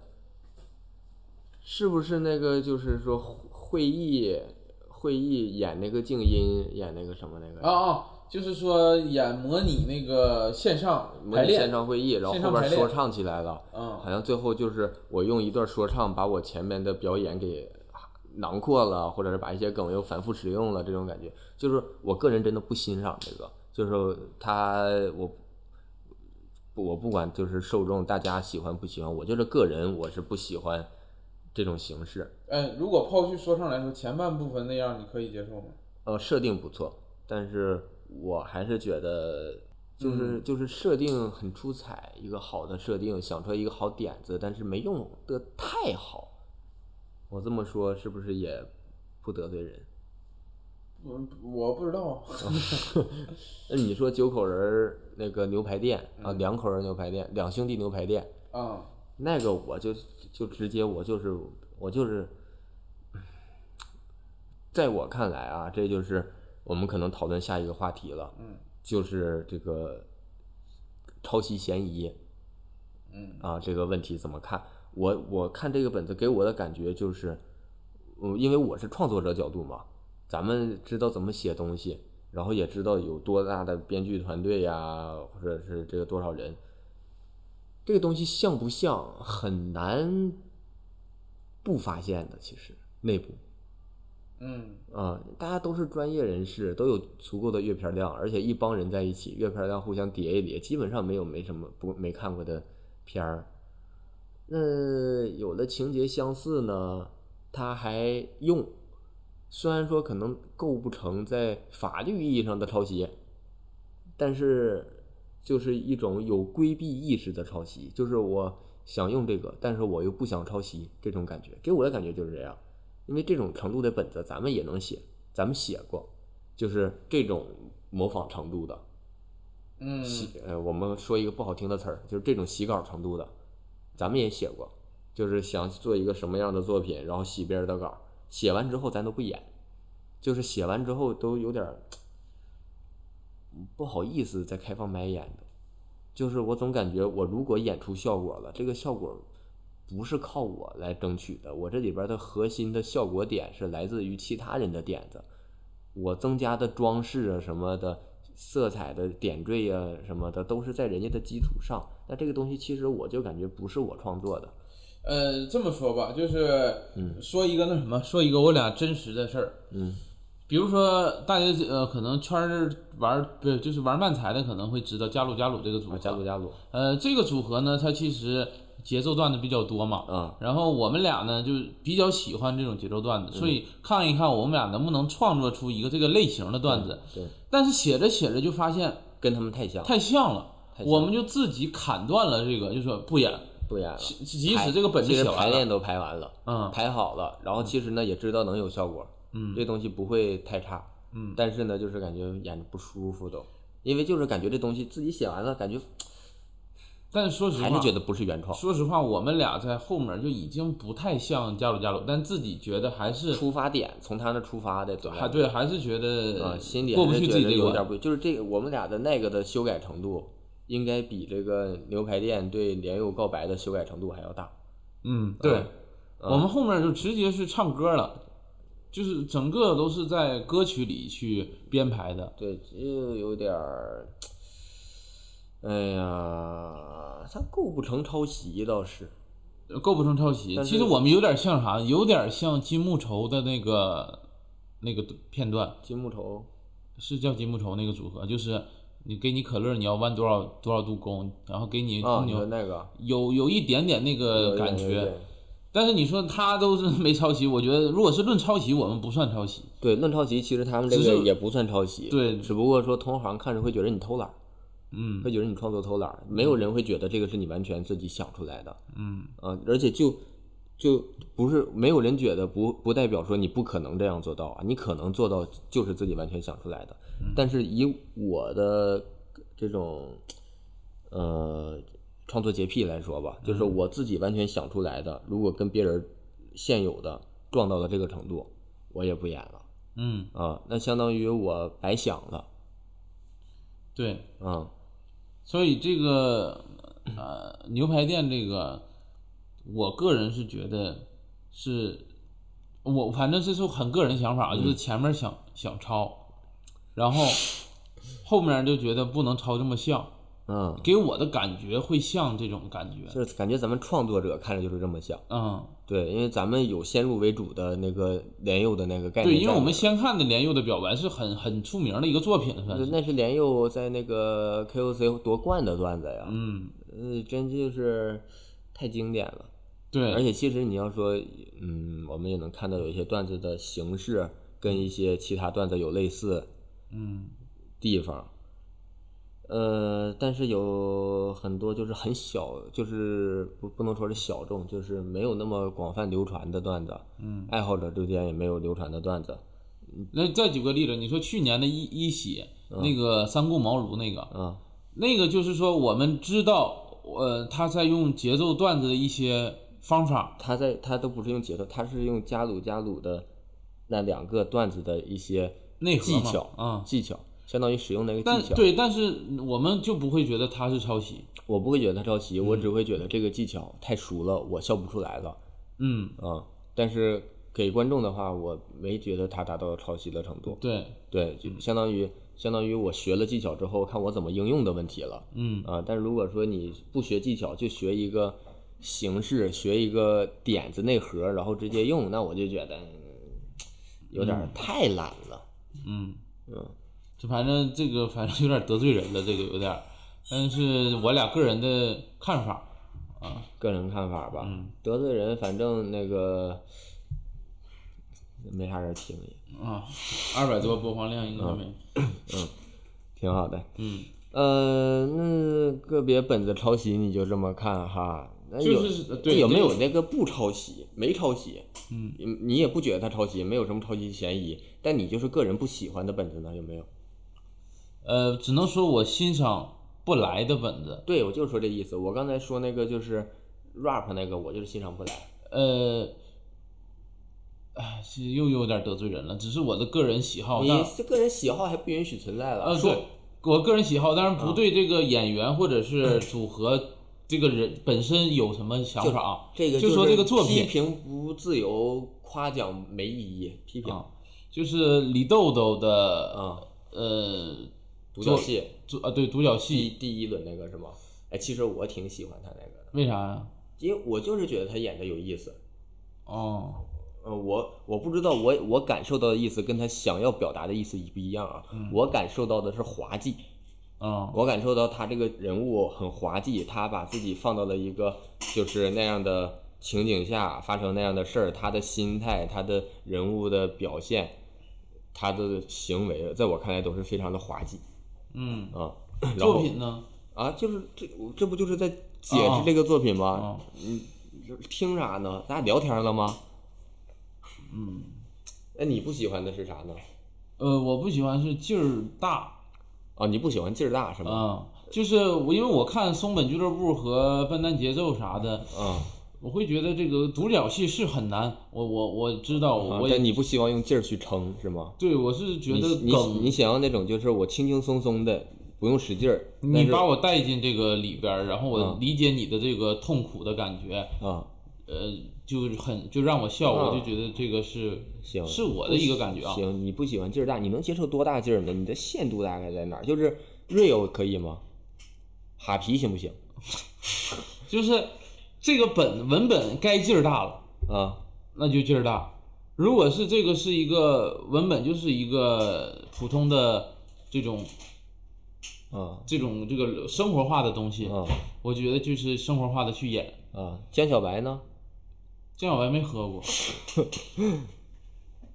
S1: 是不是那个就是说会议会议演那个静音演那个什么那个
S2: 啊啊，就是说演模拟那个线上
S1: 模
S2: 排
S1: 拟线
S2: 练，
S1: 上会议，然后
S2: 线
S1: 后
S2: 上排
S1: 边
S2: 练
S1: 说唱起来了，
S2: 嗯
S1: 好像最后就是我用一段说唱把我前面的表演给囊括了，或者是把一些梗又反复使用了，这种感觉，就是我个人真的不欣赏这个，就是他我我不管就是受众大家喜欢不喜欢，我就是个人我是不喜欢这种形式，
S2: 哎，如果抛去说唱来说，前半部分那样你可以接受吗？
S1: 呃，设定不错，但是我还是觉得，就是、就是设定很出彩，一个好的设定，想出来一个好点子，但是没用的太好。我这么说是不是也不得罪人？
S2: 我我不知
S3: (laughs)
S2: 道，
S1: 那你说九口人儿那个牛排店啊，两口人牛排店，两兄弟牛排店，
S2: 啊，
S1: 那个我就就直接我就是我就是在我看来啊，这就是我们可能讨论下一个话题了，
S3: 嗯
S1: 就是这个抄袭嫌疑。
S3: 嗯
S1: 啊这个问题怎么看？我我看这个本子给我的感觉就是，嗯，因为我是创作者角度嘛，咱们知道怎么写东西，然后也知道有多大的编剧团队呀、或者是这个多少人，这个东西像不像很难不发现的，其实内部。
S3: 嗯
S1: 啊、大家都是专业人士，都有足够的阅片量，而且一帮人在一起，阅片量互相叠一叠，基本上没有没什么不没看过的片儿。那有的情节相似呢，他还用，虽然说可能构不成在法律意义上的抄袭，但是就是一种有规避意识的抄袭，就是我想用这个，但是我又不想抄袭这种感觉，给我的感觉就是这样。因为这种程度的本子咱们也能写，咱们写过，就是这种模仿程度的
S3: 嗯
S1: 洗，呃，我们说一个不好听的词儿，就是这种洗稿程度的，咱们也写过，就是想做一个什么样的作品，然后洗别人的稿，写完之后咱都不演，就是写完之后都有点儿嗯不好意思再开放麦演的，就是我总感觉我如果演出效果了，这个效果不是靠我来争取的，我这里边的核心的效果点是来自于其他人的点子，我增加的装饰啊什么的，色彩的点缀啊什么的，都是在人家的基础上。那这个东西其实我就感觉不是我创作的，
S3: 呃，这么说吧，就是
S1: 嗯
S3: 说一个那什么，说一个我俩真实的事儿。
S1: 嗯
S3: 比如说，大家呃，可能圈儿玩儿不是就是玩漫才的，可能会知道加鲁加鲁这个组合。
S1: 啊，加鲁加鲁
S3: 呃，这个组合呢，它其实节奏段子比较多嘛。
S1: 啊，
S3: 然后我们俩呢，就比较喜欢这种节奏段子，所
S1: 嗯
S3: 以看一看我们俩能不能创作出一个这个类型的段子。
S1: 对，
S3: 但是写着写着就发现
S1: 跟他们太像，
S3: 太像了，
S1: 太像
S3: 我们就自己砍断了这个，就说不演。
S1: 不演了。
S3: 即即使这个本子
S1: 其
S3: 写
S1: 实
S3: 完了，
S1: 排练都排完了，
S3: 嗯
S1: 排好了，然后其实呢也知道能有效果，
S3: 嗯
S1: 这东西不会太差，
S3: 嗯
S1: 但是呢就是感觉演着不舒服都，因为就是感觉这东西自己写完了，感觉
S3: 但是说实话，
S1: 还是觉得不是原创，
S3: 说实话，我们俩在后面就已经不太像加鲁加鲁，但自己觉得还是
S1: 出发点从他那出发的，
S3: 还对，还是觉得
S1: 啊，心里
S3: 呃过不
S1: 还是
S3: 去
S1: 觉
S3: 自己
S1: 得
S3: 这
S1: 有
S3: 个
S1: 点
S3: 关。
S1: 不，就是这个我们俩的那个的修改程度，应该比这个牛排店对莲佑告白的修改程度还要大。啊
S3: 嗯，对，我们后面就直接是唱歌了，就是整个都是在歌曲里去编排的。
S1: 对，就有点儿，哎呀，他构不成抄袭倒是，
S3: 构不成抄袭。
S1: 但是
S3: 其实我们有点像啥，有点像金木愁的那个那个片段，
S1: 金木头
S3: 是叫金木愁那个组合，就是你给你可乐，你要弯多少多少度弓，然后给你
S1: 啊，
S3: 公
S1: 你
S3: 牛，
S1: 说那个
S3: 有有一点点那个感觉。，
S1: 有一点有一点
S3: 但是你说他都是没抄袭，我觉得如果是论抄袭，我们不算抄袭。
S1: 对，论抄袭其实他们这
S3: 只
S1: 个
S3: 是
S1: 也不算抄袭，
S3: 对
S1: 只不过说同行看着会觉得你偷懒儿，
S3: 嗯
S1: 会觉得你创作偷懒儿，没有人会觉得这个是你完全自己想出来的。
S3: 嗯，
S1: 啊，而且就就不是没有人觉得不不代表说你不可能这样做到啊，你可能做到就是自己完全想出来的。但是以我的这种呃创作洁癖来说吧，就是我自己完全想出来的，如果跟别人现有的撞到了这个程度，我也不演了
S3: 嗯，
S1: 啊，那相当于我白想了
S3: 对。
S1: 啊。
S3: 所以这个呃牛排店这个，我个人是觉得是，我反正这是很个人想法啊，
S1: 嗯
S3: 就是前面想想抄，然后后面就觉得不能抄这么像，
S1: 嗯，
S3: 给我的感觉会像这种感觉，
S1: 就是感觉咱们创作者看着就是这么想，
S3: 嗯，
S1: 对，因为咱们有先入为主的那个莲佑的那个概念在里
S3: 对，
S1: 面。
S3: 因为我们先看的莲佑的表白是很很出名的一个作品，算
S1: 对
S3: 是，
S1: 那是莲佑在那个 KOC 夺冠的段子呀，
S3: 嗯，
S1: 嗯、真就是太经典了。而
S3: 对，
S1: 且其实你要说，嗯，我们也能看到有一些段子的形式跟一些其他段子有类似
S3: 嗯，
S1: 地方，呃，但是有很多就是很小，就是不不能说是小众，就是没有那么广泛流传的段子，
S3: 嗯，
S1: 爱好者之间也没有流传的段子，
S3: 那再举个例子，你说去年的一一喜
S1: 嗯
S3: 那个三顾茅庐那个，
S1: 啊，
S3: 那个就是说，我们知道，呃，他在用节奏段子的一些方法，
S1: 他在他都不是用节奏，他是用加鲁加鲁的那两个段子的一些
S3: 内核
S1: 技
S3: 嘛
S1: 巧
S3: 啊。
S1: 技巧，相当于使用那个
S3: 但
S1: 技巧。
S3: 对，但是我们就不会觉得他是抄袭。
S1: 我不会觉得它抄袭，我只会觉得这个技巧太熟了，我笑不出来了
S3: 嗯，
S1: 啊、但是给观众的话，我没觉得它达到抄袭的程度。
S3: 对，
S1: 对，就相当于相当于我学了技巧之后，看我怎么应用的问题了
S3: 嗯，
S1: 啊、但如果说你不学技巧，就学一个形式，学一个点子内核，然后直接用，那我就觉得嗯有点儿太懒了。
S3: 嗯，
S1: 嗯，
S3: 就反正这个反正有点得罪人了，这个有点儿。但是我俩个人的看法啊，
S1: 个人看法吧，
S3: 嗯
S1: 得罪人，反正那个没啥人听也。
S3: 啊，二百多播放量应该没。
S1: 挺好的。
S3: 嗯，
S1: 呃，那个别本子抄袭你就这么看哈？那有
S3: 就是
S1: 那
S3: 对
S1: 有没
S3: 对
S1: 有那个不抄袭、没抄袭？
S3: 嗯
S1: 你，你也不觉得他抄袭，没有什么抄袭嫌疑，但你就是个人不喜欢的本子呢？有没有？
S3: 呃，只能说我欣赏不来的本子。
S1: 对，我就是说这意思。我刚才说那个就是 rap 那个，我就是欣赏不来。
S3: 呃，哎，其实又有点得罪人了，只是我的个人喜好。
S1: 你
S3: 但
S1: 这个人喜好还不允许存在了。
S3: 呃，
S1: 说啊
S3: 对，我个人喜好，当然不对这个演员或者
S1: 嗯
S3: 是组合这个人本身有什么想法啊。
S1: 这个
S3: 就是说这个作
S1: 批
S3: 品
S1: 评不自由，夸奖没意义。批评
S3: 啊，就是李豆豆的
S1: 啊，
S3: 呃
S1: 独角戏嗯
S3: 做啊对独角
S1: 第
S3: 戏，
S1: 第一轮那个是吗？哎，其实我挺喜欢他那个的。
S3: 为啥呀？
S1: 因为我就是觉得他演的有意思。
S3: 哦，
S1: 呃，我我不知道我我感受到的意思跟他想要表达的意思一不一样啊。我感受到的是滑稽，
S3: 嗯
S1: 我感受到他这个人物很滑稽，他把自己放到了一个就是那样的情景下发生那样的事儿，他的心态、他的人物的表现、他的行为，在我看来都是非常的滑稽
S3: 嗯，
S1: 啊。然
S3: 作
S1: 后
S3: 品呢？
S1: 啊，就是这这不就是在解
S3: 啊
S1: 释这个作品吗？
S3: 啊，
S1: 听啥呢？咱俩聊天了吗？
S3: 嗯，
S1: 那你不喜欢的是啥呢？
S3: 呃，我不喜欢是劲儿大，
S1: 哦，你不喜欢劲儿大是吗？
S3: 嗯，就是我因为我看松本俱乐部和笨蛋节奏啥的，
S1: 嗯，
S3: 我会觉得这个独角戏是很难，我我我知道，
S1: 啊
S3: 我也、
S1: 但你不希望用劲儿去撑是吗？
S3: 对我是觉
S1: 你
S3: 得
S1: 你
S3: 梗，
S1: 你想要那种就是我轻轻松松的，不用使劲儿，
S3: 你
S1: 但是
S3: 把我带进这个里边儿，然后我
S1: 嗯
S3: 理解你的这个痛苦的感觉，
S1: 啊，
S3: 呃，就是很就让我笑，
S1: 嗯
S3: 我就觉得这个是
S1: 行，
S3: 是我的一个感觉啊，
S1: 行，你不喜欢劲儿大，你能接受多大劲儿呢？你的限度大概在哪儿？就是 real 可以吗？哈皮行不行？
S3: 就是这个本文本该劲儿大了，
S1: 啊，
S3: 那就劲儿大。如果是这个是一个文本，就是一个普通的这种
S1: 啊，
S3: 这种这个生活化的东西，
S1: 啊，
S3: 我觉得就是生活化的去演。
S1: 啊，江小白呢？
S3: 江小白没喝过，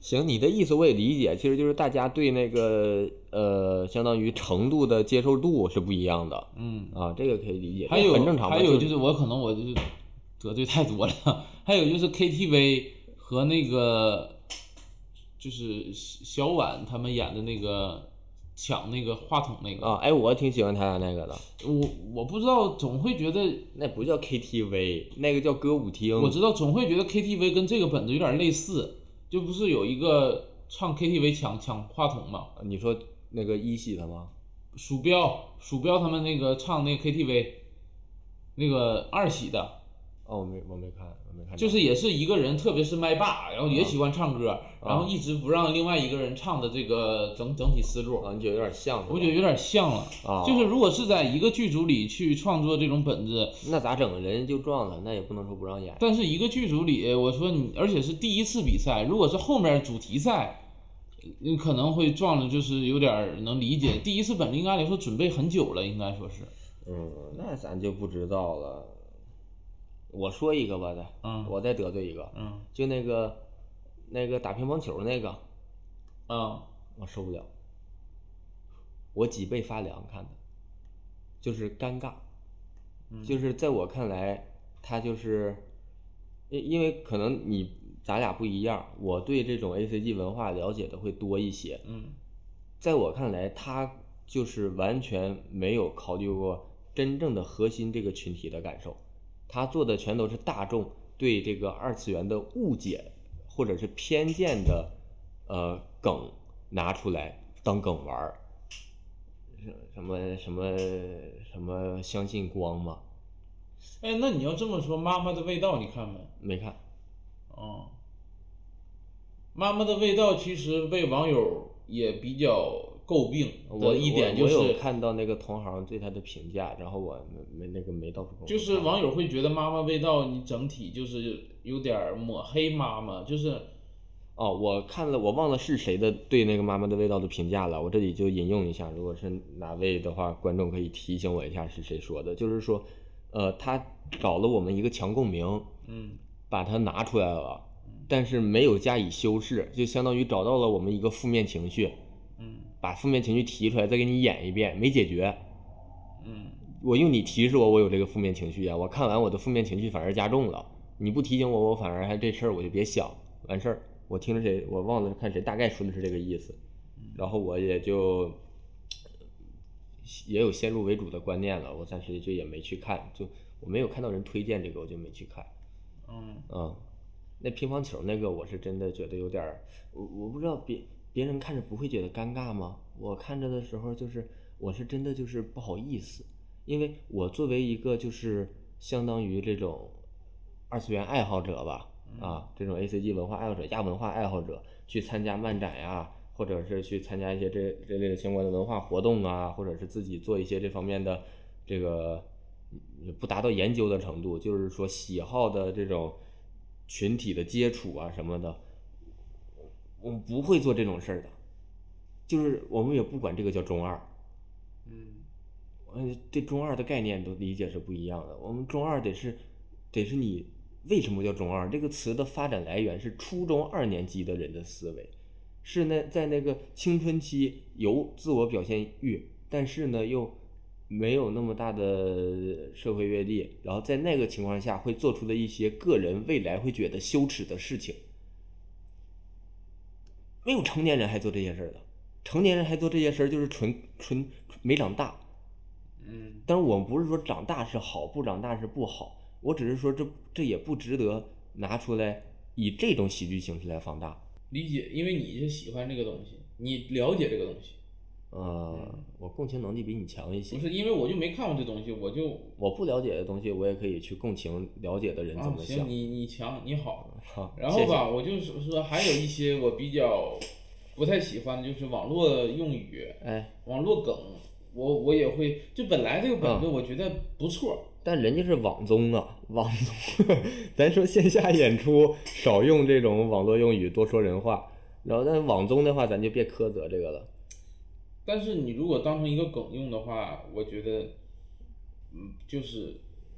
S1: 行，你的意思我也理解，其实就是大家对那个呃，相当于程度的接受度是不一样的
S3: 嗯，
S1: 啊，这个可以理解，
S3: 还
S1: 这
S3: 有
S1: 很正常嘛。
S3: 还有
S1: 就
S3: 就是我可能我就是得罪太多了，还有就是 KTV 和那个就是小婉他们演的那个抢那个话筒那个，
S1: 啊，哎，我挺喜欢他俩那个的，
S3: 我我不知道，总会觉得
S1: 那不叫 KTV，那个叫歌舞厅。
S3: 我知道总会觉得 KTV 跟这个本子有点类似，就不是有一个唱 KTV 抢抢话筒嘛，
S1: 你说那个一喜他吗？
S3: 鼠标鼠标他们那个唱那个 KTV 那个二喜的。
S1: 哦，我没，我没看，我没看到。
S3: 就是也是一个人，特别是麦霸，然后
S1: 啊
S3: 也喜欢唱歌，然后一直不让另外一个人唱的这个整整体思路，
S1: 啊，你觉得有点像是吧？
S3: 我觉得有点像了。
S1: 啊，
S3: 就是如果是在一个剧组里去创作这种本子，
S1: 那咋整？人家就撞了，那也不能说不让演。
S3: 但是一个剧组里，我说你，而且是第一次比赛，如果是后面主题赛，你可能会撞了，就是有点儿能理解。第一次本子应该来说准备很久了，应该说是，
S1: 嗯，那咱就不知道了。我说一个吧，再，
S3: 嗯
S1: 我再得罪一个，
S3: 嗯
S1: 就那个那个打乒乓球那个，
S3: 啊
S1: 我受不了，我脊背发凉看的，就是尴尬，就是在我看来，他就是，因因为可能你咱俩不一样，我对这种 A C G 文化了解的会多一些，
S3: 嗯
S1: 在我看来，他就是完全没有考虑过真正的核心这个群体的感受，他做的全都是大众对这个二次元的误解或者是偏见的呃梗拿出来当梗玩儿，什么什么什么相信光吗？
S4: 哎，那你要这么说，《妈妈的味道》你看没？
S1: 没看，
S4: 哦，《妈妈的味道》其实被网友也比较诟病
S1: 我
S4: 的一点
S1: 我
S4: 就
S1: 我
S4: 是
S1: 有，看到那个同行对他的评价，然后我没没那个没到处跟我
S4: 就是
S1: 看
S4: 网友会觉得《妈妈味道》你整体就是有点儿抹黑妈妈，就是
S1: 哦，我看了，我忘了是谁的对那个《妈妈的味道》的评价了，我这里就引用一下，如果是哪位的话，观众可以提醒我一下是谁说的，就是说，呃，他找了我们一个强共鸣，
S4: 嗯，
S1: 把它拿出来了，但是没有加以修饰，就相当于找到了我们一个负面情绪，
S4: 嗯
S1: 把负面情绪提出来，再给你演一遍，没解决。
S4: 嗯
S1: 我用你提示我，我有这个负面情绪啊，我看完我的负面情绪反而加重了。你不提醒我，我反而还这事儿我就别想，完事儿。我听着谁，我忘了看谁大概说的是这个意思，
S4: 嗯
S1: 然后我也就也有先入为主的观念了，我暂时就也没去看，就我没有看到人推荐这个，我就没去看。
S4: 嗯，
S1: 嗯，那乒乓球那个，我是真的觉得有点儿，我我不知道别别人看着不会觉得尴尬吗？我看着的时候，就是我是真的就是不好意思，因为我作为一个就是相当于这种二次元爱好者吧，啊，这种 A C G 文化爱好者、亚文化爱好者去参加漫展呀、或者是去参加一些这这类的相关的文化活动啊，或者是自己做一些这方面的这个嗯不达到研究的程度，就是说喜好的这种群体的接触啊什么的，我们不会做这种事儿的，就是我们也不管这个叫中二，
S2: 嗯，
S1: 呃，对中二的概念都理解是不一样的。我们中二得是，得是你为什么叫中二这个词的发展来源是初中二年级的人的思维，是那在那个青春期有自我表现欲，但是呢又没有那么大的社会阅历，然后在那个情况下会做出的一些个人未来会觉得羞耻的事情。没有成年人还做这些事儿的，成年人还做这些事儿就是纯纯没长大，
S2: 嗯，
S1: 但是我们不是说长大是好，不长大是不好，我只是说这这也不值得拿出来以这种喜剧形式来放大。
S4: 理解，因为你是喜欢这个东西，你了解这个东西，
S1: 呃，我共情能力比你强一些
S4: 嗯不，是因为我就没看过这东西，我就
S1: 我不了解的东西，我也可以去共情了解的人怎
S4: 啊，
S1: 么想
S4: 行，。你你强，你好。
S1: 好，
S4: 然后
S1: 谢谢
S4: 吧，我就是说还有一些我比较不太喜欢的，就是网络用语、
S1: 哎，
S4: 网络梗，我我也会。就本来这个本子
S1: 嗯
S4: 我觉得不错，
S1: 但人家是网综啊，网综， (laughs) 咱说线下演出少用这种网络用语，多说人话。然后，但网综的话，咱就别苛责这个了。
S4: 但是你如果当成一个梗用的话，我觉得，嗯，就是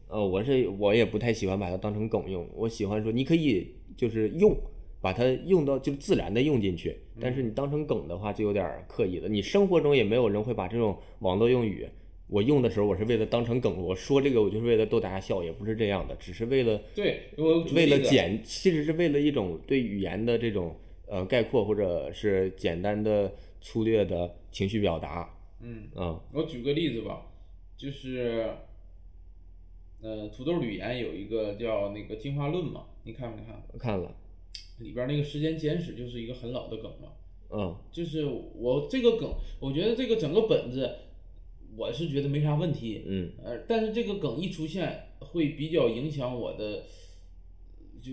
S1: 呃，我是我也不太喜欢把它当成梗用，我喜欢说你可以就是用，把它用到就自然的用进去，
S4: 嗯
S1: 但是你当成梗的话就有点儿刻意了。你生活中也没有人会把这种网络用语，我用的时候我是为了当成梗，我说这个我就是为了逗大家笑，也不是这样的，只是为了
S4: 对我举
S1: 为了
S4: 例子
S1: 简，其实是为了一种对语言的这种呃概括或者是简单的粗略的情绪表达，
S4: 嗯，
S1: 嗯
S4: 我举个例子吧，就是，呃，土豆吕岩有一个叫那个进化论嘛，你看没看？
S1: 看了，
S4: 里边儿那个时间简史就是一个很老的梗嘛。
S1: 嗯
S4: 就是我这个梗，我觉得这个整个本子，我是觉得没啥问题。
S1: 嗯
S4: 呃，但是这个梗一出现，会比较影响我的就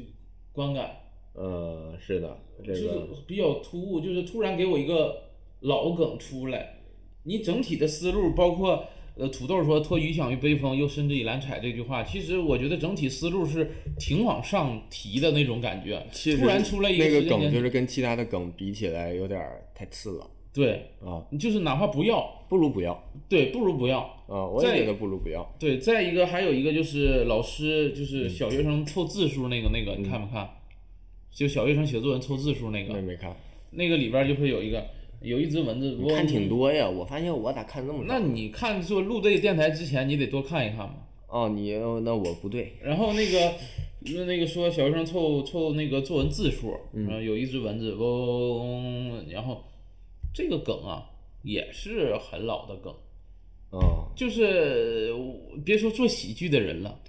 S4: 观感，
S1: 呃是的，这
S4: 就
S1: 个
S4: 是比较突兀，就是突然给我一个老梗出来，你整体的思路包括。呃，土豆说“托鱼享于悲风，又深知以揽采”这句话，其实我觉得整体思路是挺往上提的那种感觉。
S1: 其实
S4: 突然出来一
S1: 那
S4: 时
S1: 个
S4: 间
S1: 梗，
S4: 点
S1: 就是跟其他的梗比起来有点儿太次了
S4: 对，
S1: 啊，
S4: 就是哪怕不要，
S1: 不如不要
S4: 对，不如不要。
S1: 啊，我也
S4: 在
S1: 觉得不如不要。
S4: 对，再一个还有一个就是老师就是小学生凑字数那个那个，你看没看？
S1: 嗯
S4: 就小学生写作文凑字数那
S1: 那
S4: 个，
S1: 没看，
S4: 那个里边就会有一个有一只蚊子，
S1: 你看挺。多呀，我发现我咋看那么
S4: 那
S1: 少？
S4: 你看，做录这个电台之前，你得多看一看嘛。
S1: 哦，你哦那我不对，
S4: 然后那个，那那个说小学生凑凑那个作文字数，
S1: 嗯
S4: 然后有一只蚊子嗡，然后这个梗啊也是很老的梗，
S1: 哦，
S4: 就是我别说做喜剧的人了，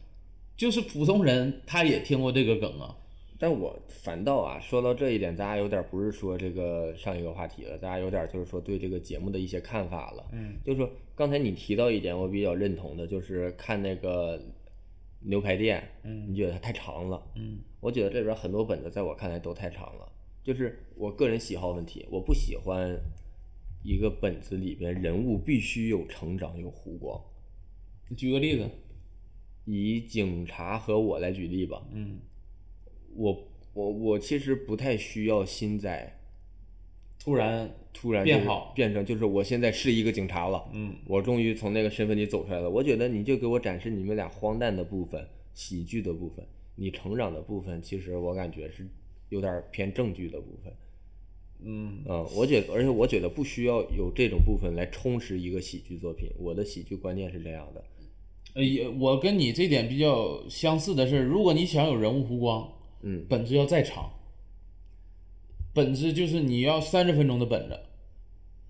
S4: 就是普通人他也听过这个梗啊。
S1: 但我反倒啊，说到这一点，大家有点不是说这个上一个话题了，大家有点就是说对这个节目的一些看法了。
S4: 嗯
S1: 就是说刚才你提到一点，我比较认同的，就是看那个牛排店，你
S4: 嗯
S1: 觉得它太长了。
S4: 嗯
S1: 我觉得这边很多本子在我看来都太长了，就是我个人喜好问题，我不喜欢一个本子里边人物必须有成长有弧光。
S4: 你举个例子，
S1: 以警察和我来举例吧，
S4: 嗯
S1: 我我我其实不太需要新仔
S4: 突然
S1: 突然
S4: 变
S1: 就是
S4: 好
S1: 变成就是我现在是一个警察了，
S4: 嗯
S1: 我终于从那个身份里走出来了。我觉得你就给我展示你们俩荒诞的部分、喜剧的部分，你成长的部分，其实我感觉是有点偏正剧的部分。
S4: 嗯
S1: 嗯，我觉得，而且我觉得不需要有这种部分来充实一个喜剧作品。我的喜剧观念是这样的，
S4: 呃也我跟你这点比较相似的是，如果你想有人物弧光，
S1: 嗯，
S4: 本子要再长，本子就是你要三十分钟的本子，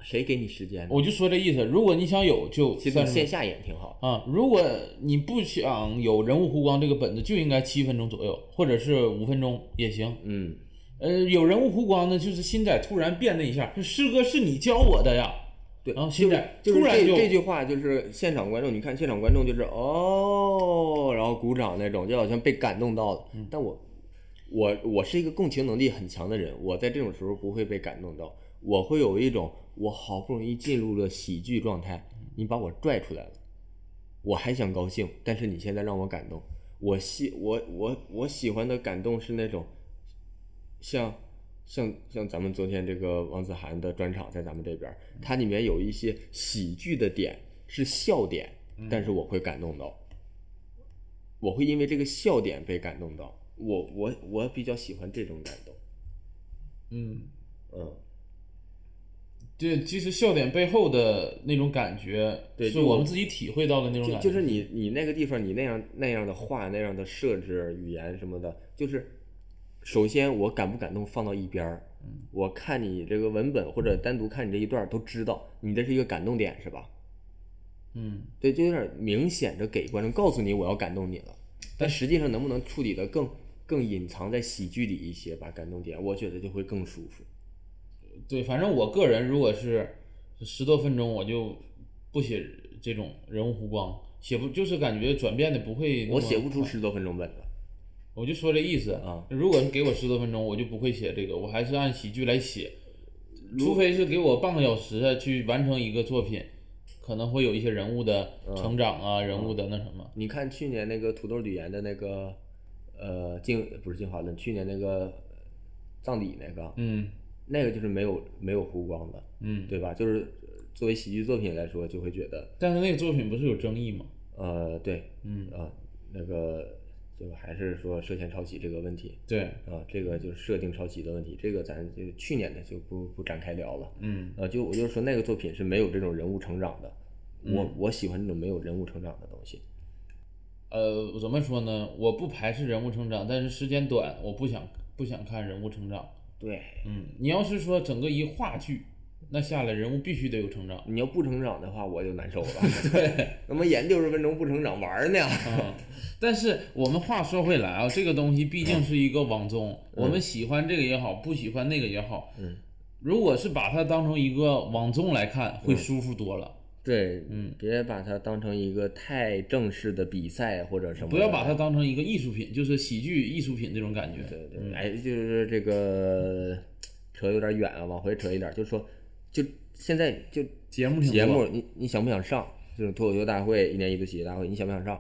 S1: 谁给你时间呢？
S4: 我就说这意思。如果你想有就
S1: 其实
S4: 三十
S1: 线
S4: 分
S1: 下演挺好，
S4: 啊，如果你不想有人物弧光，这个本子就应该七分钟左右，或者是五分钟也行。
S1: 嗯，
S4: 呃，有人物弧光呢，就是新仔突然变那一下，说师哥是你教我的呀。
S1: 对，
S4: 然后
S1: 就
S4: 现
S1: 是
S4: 在
S1: 就是
S4: 突然
S1: 这
S4: 就
S1: 这句话就是现场观众，你看现场观众就是哦，然后鼓掌那种，就好像被感动到了。
S4: 嗯
S1: 但我我我是一个共情能力很强的人，我在这种时候不会被感动到，我会有一种我好不容易进入了喜剧状态，你把我拽出来了，我还想高兴，但是你现在让我感动，我喜我我我喜欢的感动是那种像像像咱们昨天这个王子涵的专场在咱们这边儿，它里面有一些喜剧的点是笑点，但是我会感动到，我会因为这个笑点被感动到，我我我比较喜欢这种感动，
S4: 嗯，
S1: 嗯，
S4: 对，其实笑点背后的那种感觉，
S1: 对
S4: 是
S1: 就
S4: 我
S1: 我
S4: 们自己体会到的那种
S1: 就
S4: 感觉。
S1: 就是你你那个地方你那样那样的话那样的设置语言什么的，就是首先我感不感动放到一边儿，我看你这个文本或者单独看你这一段儿都知道你这是一个感动点是吧？
S4: 嗯，
S1: 对，就有点明显的给观众告诉你我要感动你了，但实际上能不能处理的更更隐藏在喜剧里一些，把感动点，我觉得就会更舒服。
S4: 对，反正我个人如果是十多分钟，我就不写这种人物弧光，写不就是感觉转变的不会那么。
S1: 我写不出十多分钟本子，
S4: 我就说这意思
S1: 啊
S4: 如果是给我十多分钟，我就不会写这个，我还是按喜剧来写，除非是给我半个小时啊去完成一个作品，可能会有一些人物的
S1: 嗯
S4: 成长啊，人物的那什么。
S1: 你看去年那个土豆吕岩的那个，呃，进不是进华论，去年那个葬礼那个，
S4: 嗯
S1: 那个就是没有没有弧光的，
S4: 嗯，。
S1: 对吧？就是作为喜剧作品来说，就会觉得，
S4: 但是那个作品不是有争议吗？
S1: 呃，对，
S4: 嗯，
S1: 啊、那个就还是说涉嫌抄袭这个问题，
S4: 对，
S1: 啊，这个就是设定抄袭的问题，这个咱就去年的就不不展开聊了。
S4: 嗯。
S1: 呃，就我就是说那个作品是没有这种人物成长的，我
S4: 嗯
S1: 我喜欢这种没有人物成长的东西。
S4: 呃，怎么说呢？我不排斥人物成长，但是时间短，我不想不想看人物成长。
S1: 对，
S4: 嗯，你要是说整个一话剧，那下来人物必须得有
S1: (laughs)
S4: 成长。
S1: 你要不成长的话，我就
S4: (laughs)
S1: 难受了。对， (laughs) 那么演六十分钟不成长玩儿呢？
S4: 嗯，但是我们话说回来啊，这个东西毕竟是一个网综，我们喜欢这个也好，不喜欢那个也好，
S1: 嗯，
S4: 如果是把它当成一个网综来看，
S1: 嗯
S4: 会舒服多了。
S1: 对，
S4: 嗯，
S1: 别把它当成一个太正式的比赛或者什么。
S4: 嗯不要把它。当成一个艺术品，就是喜剧艺术品这种感觉。嗯
S1: 对对，哎，就是这个 (laughs) 扯有点远了，往回扯一点儿，就是说，就现在就
S4: 节目挺多
S1: 节目，你你想不想上？就是脱口秀大会、一年一度喜剧大会，你想不想上？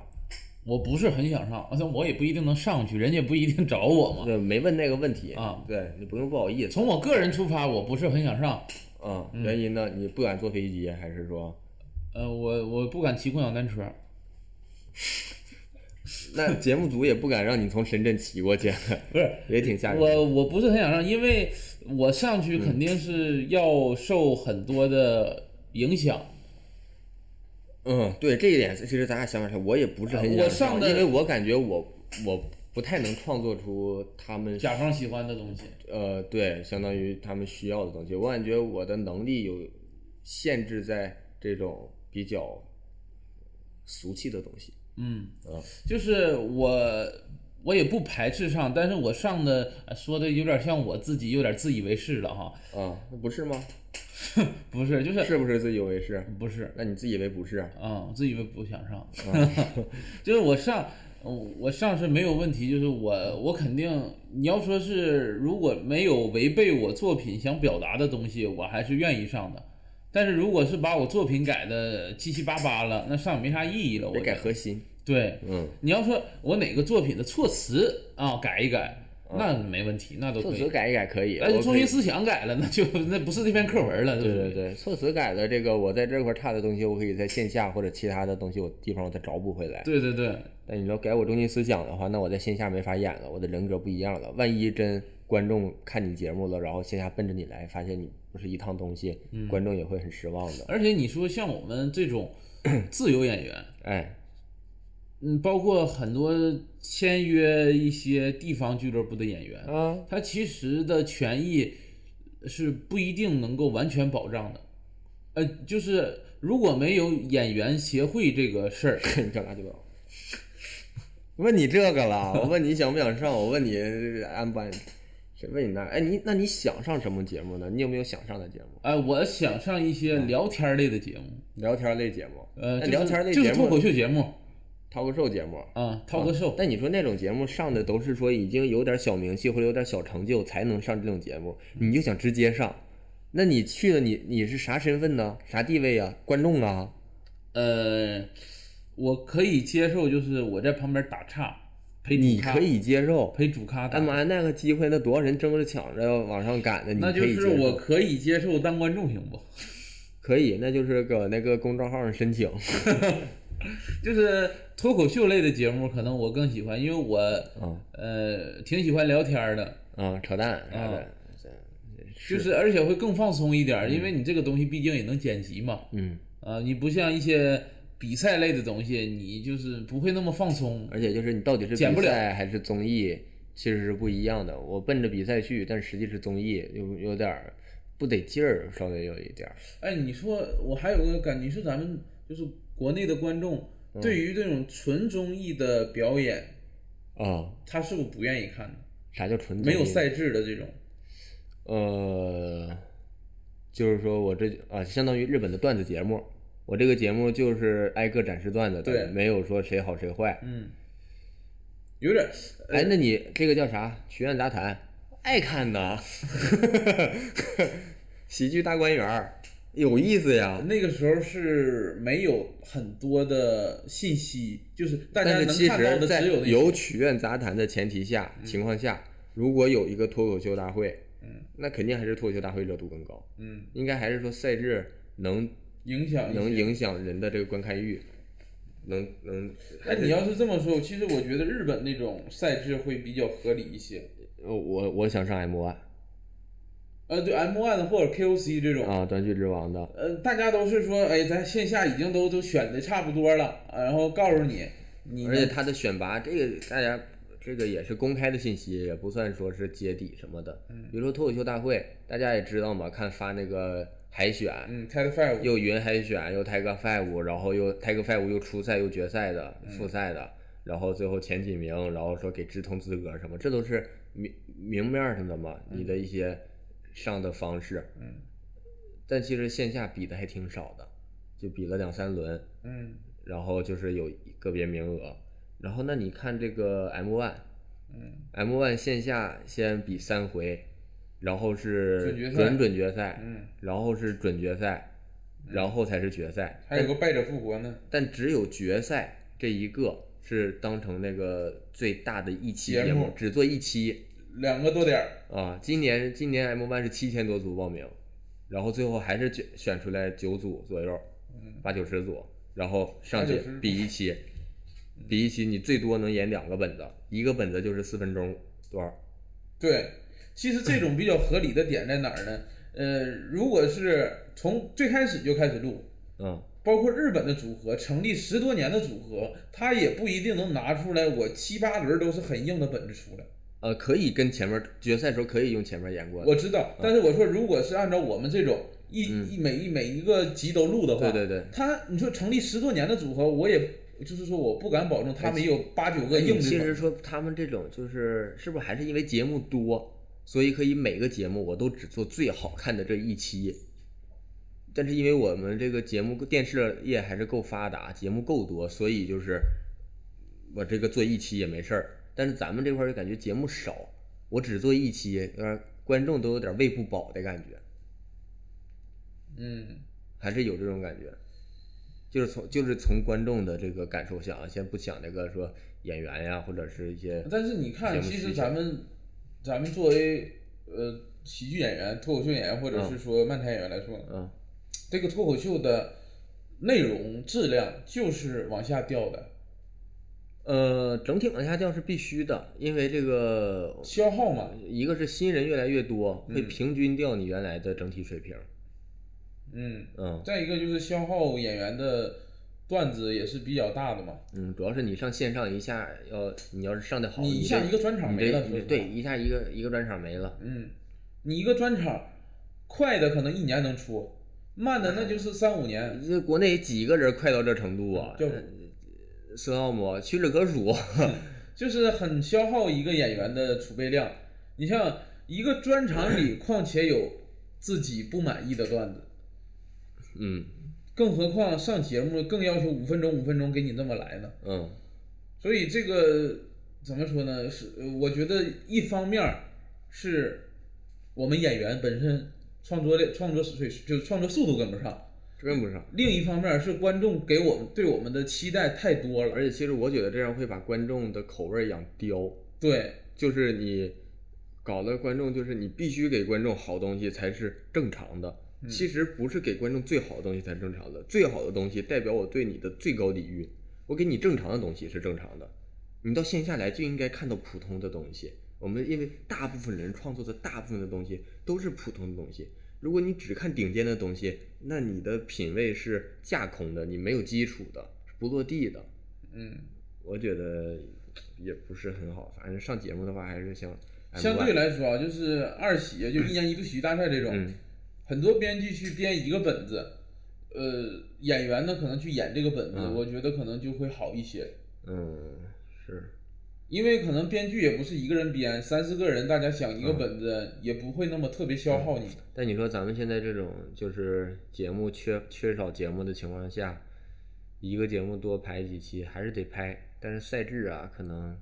S4: 我不是很想上，而且我也不一定能上去，人家不一定找我嘛。
S1: 对，没问那个问题
S4: 啊
S1: 对你不用不好意思。
S4: 从我个人出发，我不是很想上。
S1: 啊，
S4: 嗯
S1: 原因呢？你不敢坐飞机，还是
S4: (laughs)
S1: 说？
S4: 呃，我我不敢骑共享单车，
S1: 那节目组也不敢让你从深圳骑过去，
S4: 不是
S1: (laughs) 也挺吓人的。
S4: 我我不是很想上，因为我上去肯定是要受很多的影响。
S1: 嗯，对这一点，其实咱俩想法上，我也不是很想
S4: 呃我上的
S1: 因为我感觉我我不太能创作出他们
S4: 甲方喜欢的东西，
S1: 呃，对，相当于他们需要的东西。我感觉我的能力有限制在这种比较俗气的东西。
S4: 嗯
S1: 啊，
S4: 就是我我也不排斥上，但是我上的呃说的有点像我自己有点自以为是了哈，
S1: 啊，那不是吗？
S4: 不是，就是
S1: 是不是自以为是？
S4: 不是，
S1: 那你自以为不是？
S4: 啊、我自以为不想上，
S1: 啊
S4: (laughs) 就是我上，我我上是没有问题，就是我我肯定，你要说是如果没有违背我作品想表达的东西，我还是愿意上的。但是如果是把我作品改的七七八八了，那上也没啥意义了。我
S1: 得
S4: 觉
S1: 改
S4: 得
S1: 核心。
S4: 对，
S1: 嗯，
S4: 你要说我哪个作品的措辞啊改一改，那没问题，那都
S1: 措
S4: 可
S1: 辞
S4: 以。
S1: 改一改可以。哎
S4: 但是
S1: 我
S4: 中
S1: 可以
S4: 心思想改了，那就那不是这篇课文了。
S1: 对对对，措辞改了这个，我在这块差的东西，我可以在线下或者其他的东西我地方我再找补回来。
S4: 对对对，
S1: 但你要改我中心思想的话，那我在线下没法演了，我的人格不一样了。万一真观众看你节目了，然后线下奔着你来，发现你不是一趟东西，观众也会很失望的。
S4: 而且你说像我们
S1: (clears throat)
S4: 这种自由演员，
S1: 哎，
S4: 嗯，包括很多签约一些地方俱乐部的演员，
S1: 啊，
S4: 他其实的权益是不一定能够完全保障的。呃，就是如果没有演员协会这个事儿，
S1: 你叫垃 (laughs) 圾包。问你这个了，我问你想不想上，我问你安不安，谁问你那？哎，你那你想上什么节目呢？你有没有想上的节目？
S4: 哎、我想上一些聊天类的节目，
S1: 聊天类节目，
S4: 呃，
S1: 那嗯哎
S4: 就是
S1: 聊天类
S4: 就
S1: 节
S4: 是
S1: 目，
S4: 脱口秀节目
S1: 脱口秀节目。
S4: 啊，涛哥秀，
S1: 但你说那种节目上的都是说已经有点小名气或者有点小成就才能上这种节目，
S4: 嗯
S1: 你就想直接上，那你去了你你是啥身份呢？啥地位啊？观众啊？
S4: 呃，我可以接受，就是我在旁边打岔，陪主
S1: 你
S4: 咖
S1: 可以接受？
S4: 陪主咖打
S1: 哎
S4: 岔，
S1: 妈，那个机会那多少人争着抢着往上赶的，你
S4: 那
S1: 可
S4: 就
S1: 以
S4: 是
S1: 接
S4: 我
S1: 受？
S4: 可以接受当观众，行不？ (laughs)
S1: 可以，那就是搁那个公众号上申请。
S4: 就是脱口秀类的节目，可能我更喜欢，因为我呃挺喜欢聊天儿的，
S1: 啊，扯淡啥的。
S4: 啊就是而且会更放松一点儿，因为你这个东西毕竟也能剪辑嘛，
S1: 嗯，
S4: 啊，你不像一些比赛类的东西，你就是不会那么放松。
S1: 而且就是你到底是
S4: 减不
S1: 比
S4: 了
S1: 赛还是综艺，其实是不一样的。我奔着比赛去，但实际是综艺，有有点儿不得劲儿，稍微有一点儿。
S4: 哎，你说我还有个感觉，你说咱们就是国内的观众对于这种纯综艺的表演，
S1: 哦，
S4: 他是不是不愿意看的？
S1: 啥叫纯
S4: 没有
S1: 综艺
S4: 赛制的这种，
S1: 呃，就是说我这啊，相当于日本的段子节目，我这个节目就是挨个展示段子的，
S4: 对
S1: 没有说谁好谁坏。
S4: 嗯，有点儿
S1: 哎，那你这个叫啥？学院杂谈，爱看呐， (laughs) 喜剧大观园儿，有意思呀。
S4: 那个时候是没有很多的信息，就是大家
S1: 但是
S4: 能
S1: 其
S4: 看到
S1: 实，
S4: 的
S1: 在
S4: 只有那些
S1: 有曲苑杂谈的前提下、情况下，如果有一个脱口秀大会，
S4: 嗯
S1: 那肯定还是脱口秀大会热度更高，
S4: 嗯
S1: 应该还是说赛制能
S4: 影响一些
S1: 能。影响人的这个观看欲，能能。
S4: 那哎你要是这么说，其实我觉得日本那种赛制会比较合理一些。
S1: 呃我我想上 M One
S4: 呃，对 M One 或者 KOC 这种，
S1: 啊，短剧之王的，
S4: 呃，大家都是说，哎，咱线下已经都都选的差不多了，啊然后告诉你，你
S1: 而且
S4: 能
S1: 他的选拔这个大家这个也是公开的信息，也不算说是揭底什么的。比如说脱口秀大会，大家也知道嘛，看发那个海选，
S4: 嗯 t e d Five
S1: 又云海选，又 Tiger Five，然后又 Tiger Five 又初赛又决赛的复赛的，然后最后前几名，然后说给直通资格什么，这都是明明面上的嘛，你的一些上的方式。
S4: 嗯。
S1: 但其实线下比的还挺少的，就比了两三轮，
S4: 嗯
S1: 然后就是有个别名额。然后那你看这个 M One。
S4: 嗯
S1: M One 线下先比三回，然后
S4: 准决
S1: 是
S4: 赛
S1: 准准决赛，
S4: 嗯，
S1: 然后是准决赛，然后才是决赛。
S4: 还有个败者复活呢，
S1: 但只有决赛这一个是当成那个最大的一期
S4: 节
S1: 节目
S4: 目，
S1: 只做一期
S4: 两个多点儿，
S1: 啊。今年今年 M One 是七千多组报名，然后最后还是选选出来九组左右，
S4: 嗯
S1: 八九十组，然后上
S4: 八
S1: 去
S4: 九十
S1: 比一期，比一期你最多能演两个本子，一个本子就是四分钟多少？
S4: 对，其实这种比较合理的点在哪儿呢？呃，如果是从最开始就开始录，
S1: 嗯。
S4: 包括日本的组合成立十多年的组合，他也不一定能拿出来我七八轮都是很硬的本子出来。
S1: 呃，可以跟前面决赛时候可以用前面演过的，
S4: 我知道，但是我说，如果是按照我们这种一、一每一每一个集都录的话，
S1: 对对对
S4: 他你说成立十多年的组合，我也就是说我不敢保证他们也有八九个硬
S1: 其实
S4: 的吧。
S1: 说他们这种就是是不是还是因为节目多，所以可以每个节目我都只做最好看的这一期。但是因为我们这个节目电视业还是够发达，节目够多，所以就是我这个做一期也没事儿。但是咱们这块儿就感觉节目少，我只做一期，有点观众都有点喂不饱的感觉，
S4: 嗯，
S1: 还是有这种感觉。就是从就是从观众的这个感受想，先不想这个说演员呀，或者是一些
S4: 但是你看，
S1: 节目
S4: 其实
S1: 需求
S4: 咱们咱们作为呃喜剧演员、脱口秀演员，或者是说漫才演员来说，
S1: 嗯。
S4: 这个脱口秀的内容质量就是往下掉的，
S1: 呃，整体往下降是必须的，因为这个
S4: 消耗嘛。
S1: 一个是新人越来越多，会
S4: 嗯
S1: 平均掉你原来的整体水平。
S4: 嗯，
S1: 嗯
S4: 再一个就是消耗演员的段子也是比较大的嘛。
S1: 嗯，主要是你上线上一下要，你要是上的好，
S4: 你
S1: 你
S4: 一下
S1: 这
S4: 一个专场
S1: 你
S4: 没
S1: 这
S4: 了
S1: 你
S4: 说
S1: 这
S4: 实话
S1: 对，一下一个一个专场没了。
S4: 嗯，你一个专场快的可能一年能出，慢的那
S1: (laughs)
S4: 就是三五年。
S1: 这国内几个人快到这程度啊？
S4: 嗯就
S1: 孙浩姆屈指可数。
S4: 就是很消耗一个演员的储备量。你像一个专场
S1: (laughs)
S4: 里，况且有自己不满意的段子，
S1: (laughs) 嗯
S4: 更何况上节目更要求五分钟五分钟给你这么来呢？
S1: 嗯
S4: 所以这个怎么说呢？是呃我觉得一方面儿是我们演员本身创作的创作水就是创作速度跟不上，
S1: 跟不上。
S4: 另一方面儿是观众给我们对我们的期待太多了。
S1: 而且其实我觉得这样会把观众的口味儿养刁。
S4: 对，
S1: 就是你搞了观众，就是你必须给观众好东西才是正常的。其实不是给观众最好的东西才是正常的，最好的东西代表我对你的最高礼遇，我给你正常的东西是正常的。你到线下来就应该看到普通的东西。我们因为大部分人创作的大部分的东西都是普通的东西。如果你只看顶尖的东西，那你的品味是架空的，你没有基础的，是不落地的。
S4: 嗯。
S1: 我觉得也不是很好，反正上节目的话还是像 M1
S4: 相对来说啊，就是二喜，就一年一度喜剧大赛这种，
S1: 嗯
S4: 很多编剧去编一个本子，呃，演员呢可能去演这个本子，
S1: 嗯
S4: 呃我觉得可能就会好一些，
S1: 嗯是
S4: 因为可能编剧也不是一个人编，三四个人大家想一个本子，也不会那么特别消耗你。
S1: 但你说咱们现在这种就是节目缺缺少节目的情况下，一个节目多拍几期还是得拍，但是赛制啊，可能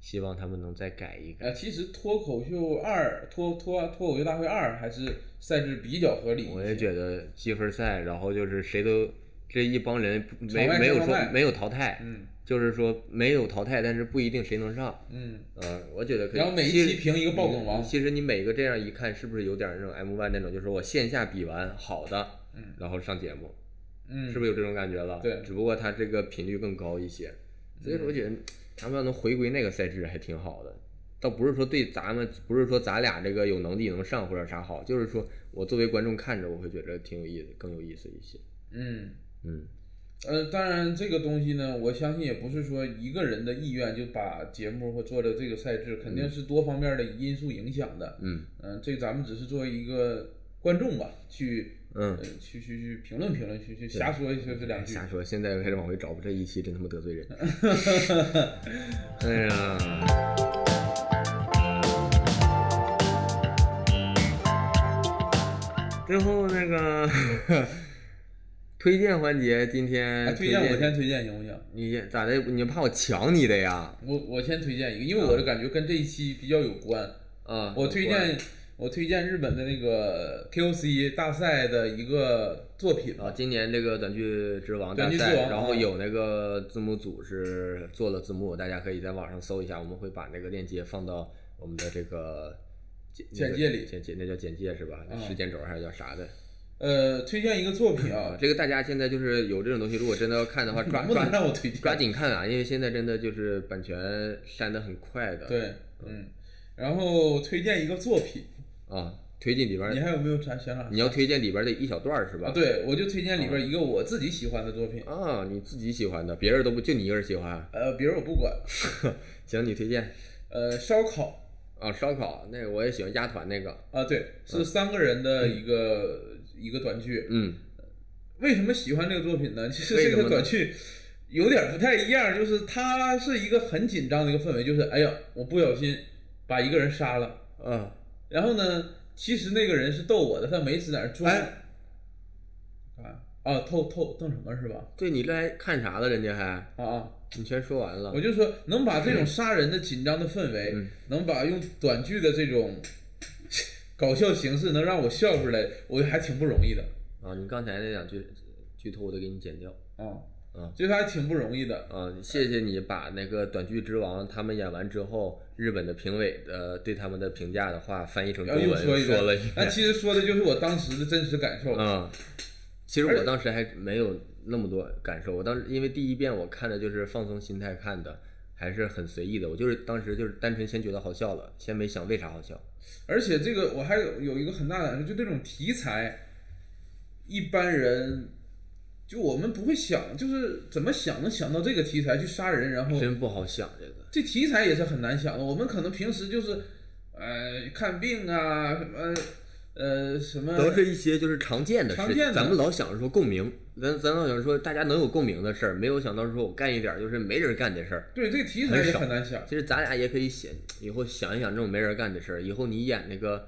S1: 希望他们能再改一
S4: 呃，
S1: 改。
S4: 其实脱口秀二脱脱脱口秀大会二还是赛制比较合理一些。
S1: 我也觉得积分赛，然后就是谁都这一帮人不没
S4: 场外
S1: 没有
S4: 开放
S1: 说
S4: 麦
S1: 没有淘汰，
S4: 嗯
S1: 就是说没有淘汰，但是不一定谁能上。
S4: 嗯，
S1: 呃，我觉得可以。
S4: 然后每一
S1: 其实嗯
S4: 期评一个爆梗王
S1: 其实你每个这样一看，是不是有点那种 M One 那种，就是我线下比完好的，
S4: 嗯
S1: 然后上节目，
S4: 嗯，
S1: 是不是有这种感觉了？
S4: 对嗯
S1: 只不过它这个频率更高一些，所以说我觉得他们要能回归那个赛制还挺好的。倒不是说对咱们，不是说咱俩这个有能力能上或者啥好，就是说我作为观众看着，我会觉得挺有意思，更有意思一些。
S4: 嗯。
S1: 嗯，
S4: 呃，当然，这个东西呢，我相信也不是说一个人的意愿就把节目或做的这个赛制，肯定是多方面的因素影响的。
S1: 嗯
S4: 嗯、这咱们只是作为一个观众吧，去
S1: 嗯
S4: 呃，去去去评论评论，去去瞎说一说这两句。
S1: 瞎说，现在开始往回找，这一期真他妈得罪
S4: (laughs)
S1: 人。哎呀。最后那个推荐环节，今天、
S4: 哎推荐我先推荐行不行？
S1: 你咋的？你怕我抢你的呀？
S4: 我我先推荐一个，因为我的感觉跟这一期比较有关。
S1: 啊，
S4: 我推荐我推荐日本的那个 KOC 大赛的一个作品
S1: 啊，
S4: 吧。
S1: 今年这个短剧之王大
S4: 短剧之
S1: 赛，
S4: 王
S1: 然后
S4: 啊
S1: 有那个字幕组是做了字幕，大家可以在网上搜一下，我们会把那个链接放到我们的这个简那个
S4: 简介里
S1: 简介那叫简介是吧？
S4: 嗯
S1: 时间轴还是叫啥的？
S4: 呃，推荐一个作品啊，
S1: 这个大家现在就是有这种东西，如果真的要看的
S4: (laughs)
S1: 话，抓
S4: 能不能
S1: 抓
S4: 让我
S1: (laughs)
S4: 推荐？
S1: 抓紧看啊，因为现在真的就是版权删的很快的。
S4: 对，嗯，然后推荐一个作品，
S1: 啊，推荐里边
S4: 你
S1: 儿，
S4: 还有没有啥想法？
S1: 你要推荐里边儿的一小段儿是吧？
S4: 啊，。对，我就推荐里边一个我自己喜欢的作品，
S1: 啊，你自己喜欢的，别人都不就你一个人喜欢。啊
S4: 呃，别人
S1: (laughs)
S4: 我不管，
S1: 行，你推荐
S4: 呃，烧烤
S1: 啊，烧烤那个我也喜欢鸭团那个，
S4: 啊，对，是三个人的一个、一个短剧。
S1: 嗯，
S4: 为什么喜欢这个作品呢？其实
S1: 为
S4: 这
S1: 什么
S4: 个
S1: 呢
S4: 短剧
S2: 有点不太一样，就是他是一个很紧张的一个氛围，就是哎呀，我不小心把一个人杀了，
S1: 嗯，
S2: 然后呢，其实那个人是逗我的，他没指哪儿猪。
S1: 哎
S2: 啊啊，透透瞪什么是吧？
S1: 对你来看啥了？人家还
S2: 啊啊，
S1: 你全说完了
S2: 我，就说能把这种杀人的紧张的氛围，
S1: 嗯
S2: 能把用短剧的这种搞笑形式能让我笑出来，我还挺不容易的
S1: 啊，你刚才那两句剧透我都给你剪掉。
S2: 啊。
S1: 嗯
S2: 就是还挺不容易的。
S1: 啊，谢谢你把那个《短剧之王》他们演完之后，日本的评委呃对他们的评价的话翻译成
S2: 然后
S1: 中
S2: 又
S1: 文
S2: 说一
S1: 说了
S2: 遍
S1: 一，
S2: 那
S1: 遍。
S2: 其实说的就是我当时的真实感受。
S1: 嗯，其实
S2: 而
S1: 我当时还没有那么多感受，我当时因为第一遍我看的就是放松心态看的，还是很随意的。我就是当时就是单纯先觉得好笑了，先没想为啥好笑。
S2: 而且这个我还有有一个很大的感受，就这种题材，一般人就我们不会想，就是怎么想能想到这个题材去杀人，然后
S1: 真不好想这个。
S2: 这题材也是很难想的。我们可能平时就是，呃，看病啊，什么，呃，什么，
S1: 都是一些就是常见的事
S2: 常
S1: 情
S2: 见，的
S1: 咱们老想着说共鸣，咱咱老想着说大家能有共鸣的事儿，没有想到说我干一点儿就是没人干的事儿。
S2: 对这个题材也
S1: 很少
S2: 很难想。
S1: 其实咱俩也可以想，以后想一想这种没人干的事儿。以后你演那个、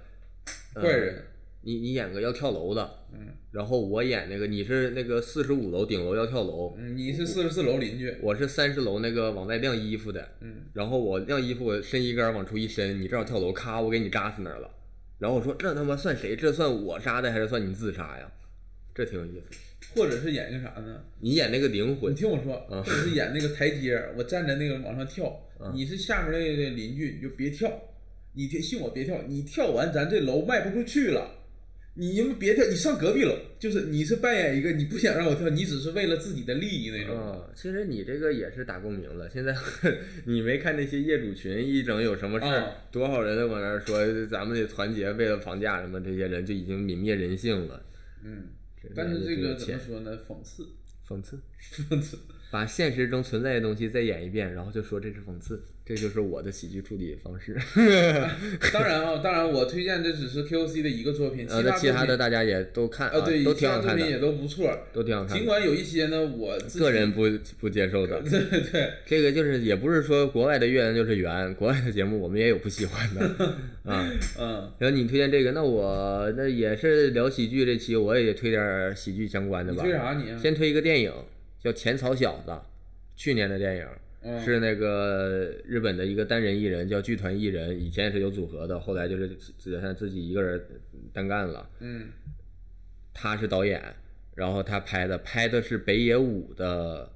S1: 呃
S2: 怪人，
S1: 你你演个要跳楼的，
S2: 嗯，
S1: 然后我演那个你是那个四十五楼顶楼要跳楼，
S2: 嗯，你是四十四楼邻居，
S1: 我是三十楼那个往外晾衣服的，
S2: 嗯，
S1: 然后我晾衣服，我伸衣杆儿往出一伸，你正好跳楼，咔，我给你扎死那儿了。然后我说这他妈算谁？这算我杀的还是算你自杀呀？这挺有意思。
S2: 或者是演一个啥呢？
S1: 你演那个灵
S2: 你
S1: 魂，
S2: 听我说，
S1: 嗯
S2: 或者是演那个台阶儿，我站在那个往上跳，
S1: 嗯
S2: 你是下面那个邻居，你就别跳，你别信我别跳，你跳完咱这楼卖不出去了，你因为别跳，你上隔壁楼，就是你是扮演一个你不想让我跳，你只是为了自己的利益那种。
S1: 嗯，其实你这个也是打共鸣了。现在 (laughs) 你没看那些业主群，一整有什么事儿，
S2: 嗯
S1: 多少人都往那儿说咱们得团结，为了房价什么，这些人就已经泯灭人性了。
S2: 嗯，
S1: 这
S2: 但是
S1: 人
S2: 这
S1: 就
S2: 个
S1: 有
S2: 怎 (laughs)
S1: 钱
S2: 么说呢？讽刺，
S1: 讽刺，
S2: 讽刺。
S1: 把现实中存在的东西再演一遍，然后就说这是讽刺，这就是我的喜剧处理方
S2: (laughs)
S1: 式。
S2: 当然啊、当然我推荐这只是 QC 的一个作品，
S1: (laughs) 呃，
S2: 他
S1: 那其他
S2: 作
S1: 的
S2: 品
S1: 大家也都看
S2: 啊，对，
S1: 都
S2: 其
S1: 挺
S2: 他
S1: 好
S2: 作
S1: 看
S2: 品也
S1: 的，
S2: 都不错。
S1: 都挺好看
S2: 尽
S1: 的。
S2: 管有一些呢，我自己
S1: 个人不不接受的，
S2: (laughs) 对对。
S1: 这个就是也不是说国外的月亮就是圆，国外的节目我们也有不喜欢的
S2: (laughs)
S1: 啊。
S2: 嗯，
S1: 然后你推荐这个，那我那也是聊喜剧这期，我也推点儿喜剧相关的
S2: 你
S1: 吧
S2: 推。啥你啊？
S1: 先推一个电影，叫《浅草小子》，去年的电影。
S2: 嗯
S1: 是那个日本的一个单人艺人，叫剧团艺人，以前也是有组合的，后来就是只剩下自己一个人单干了。
S2: 嗯
S1: 他是导演，然后他拍的拍的是北野武的，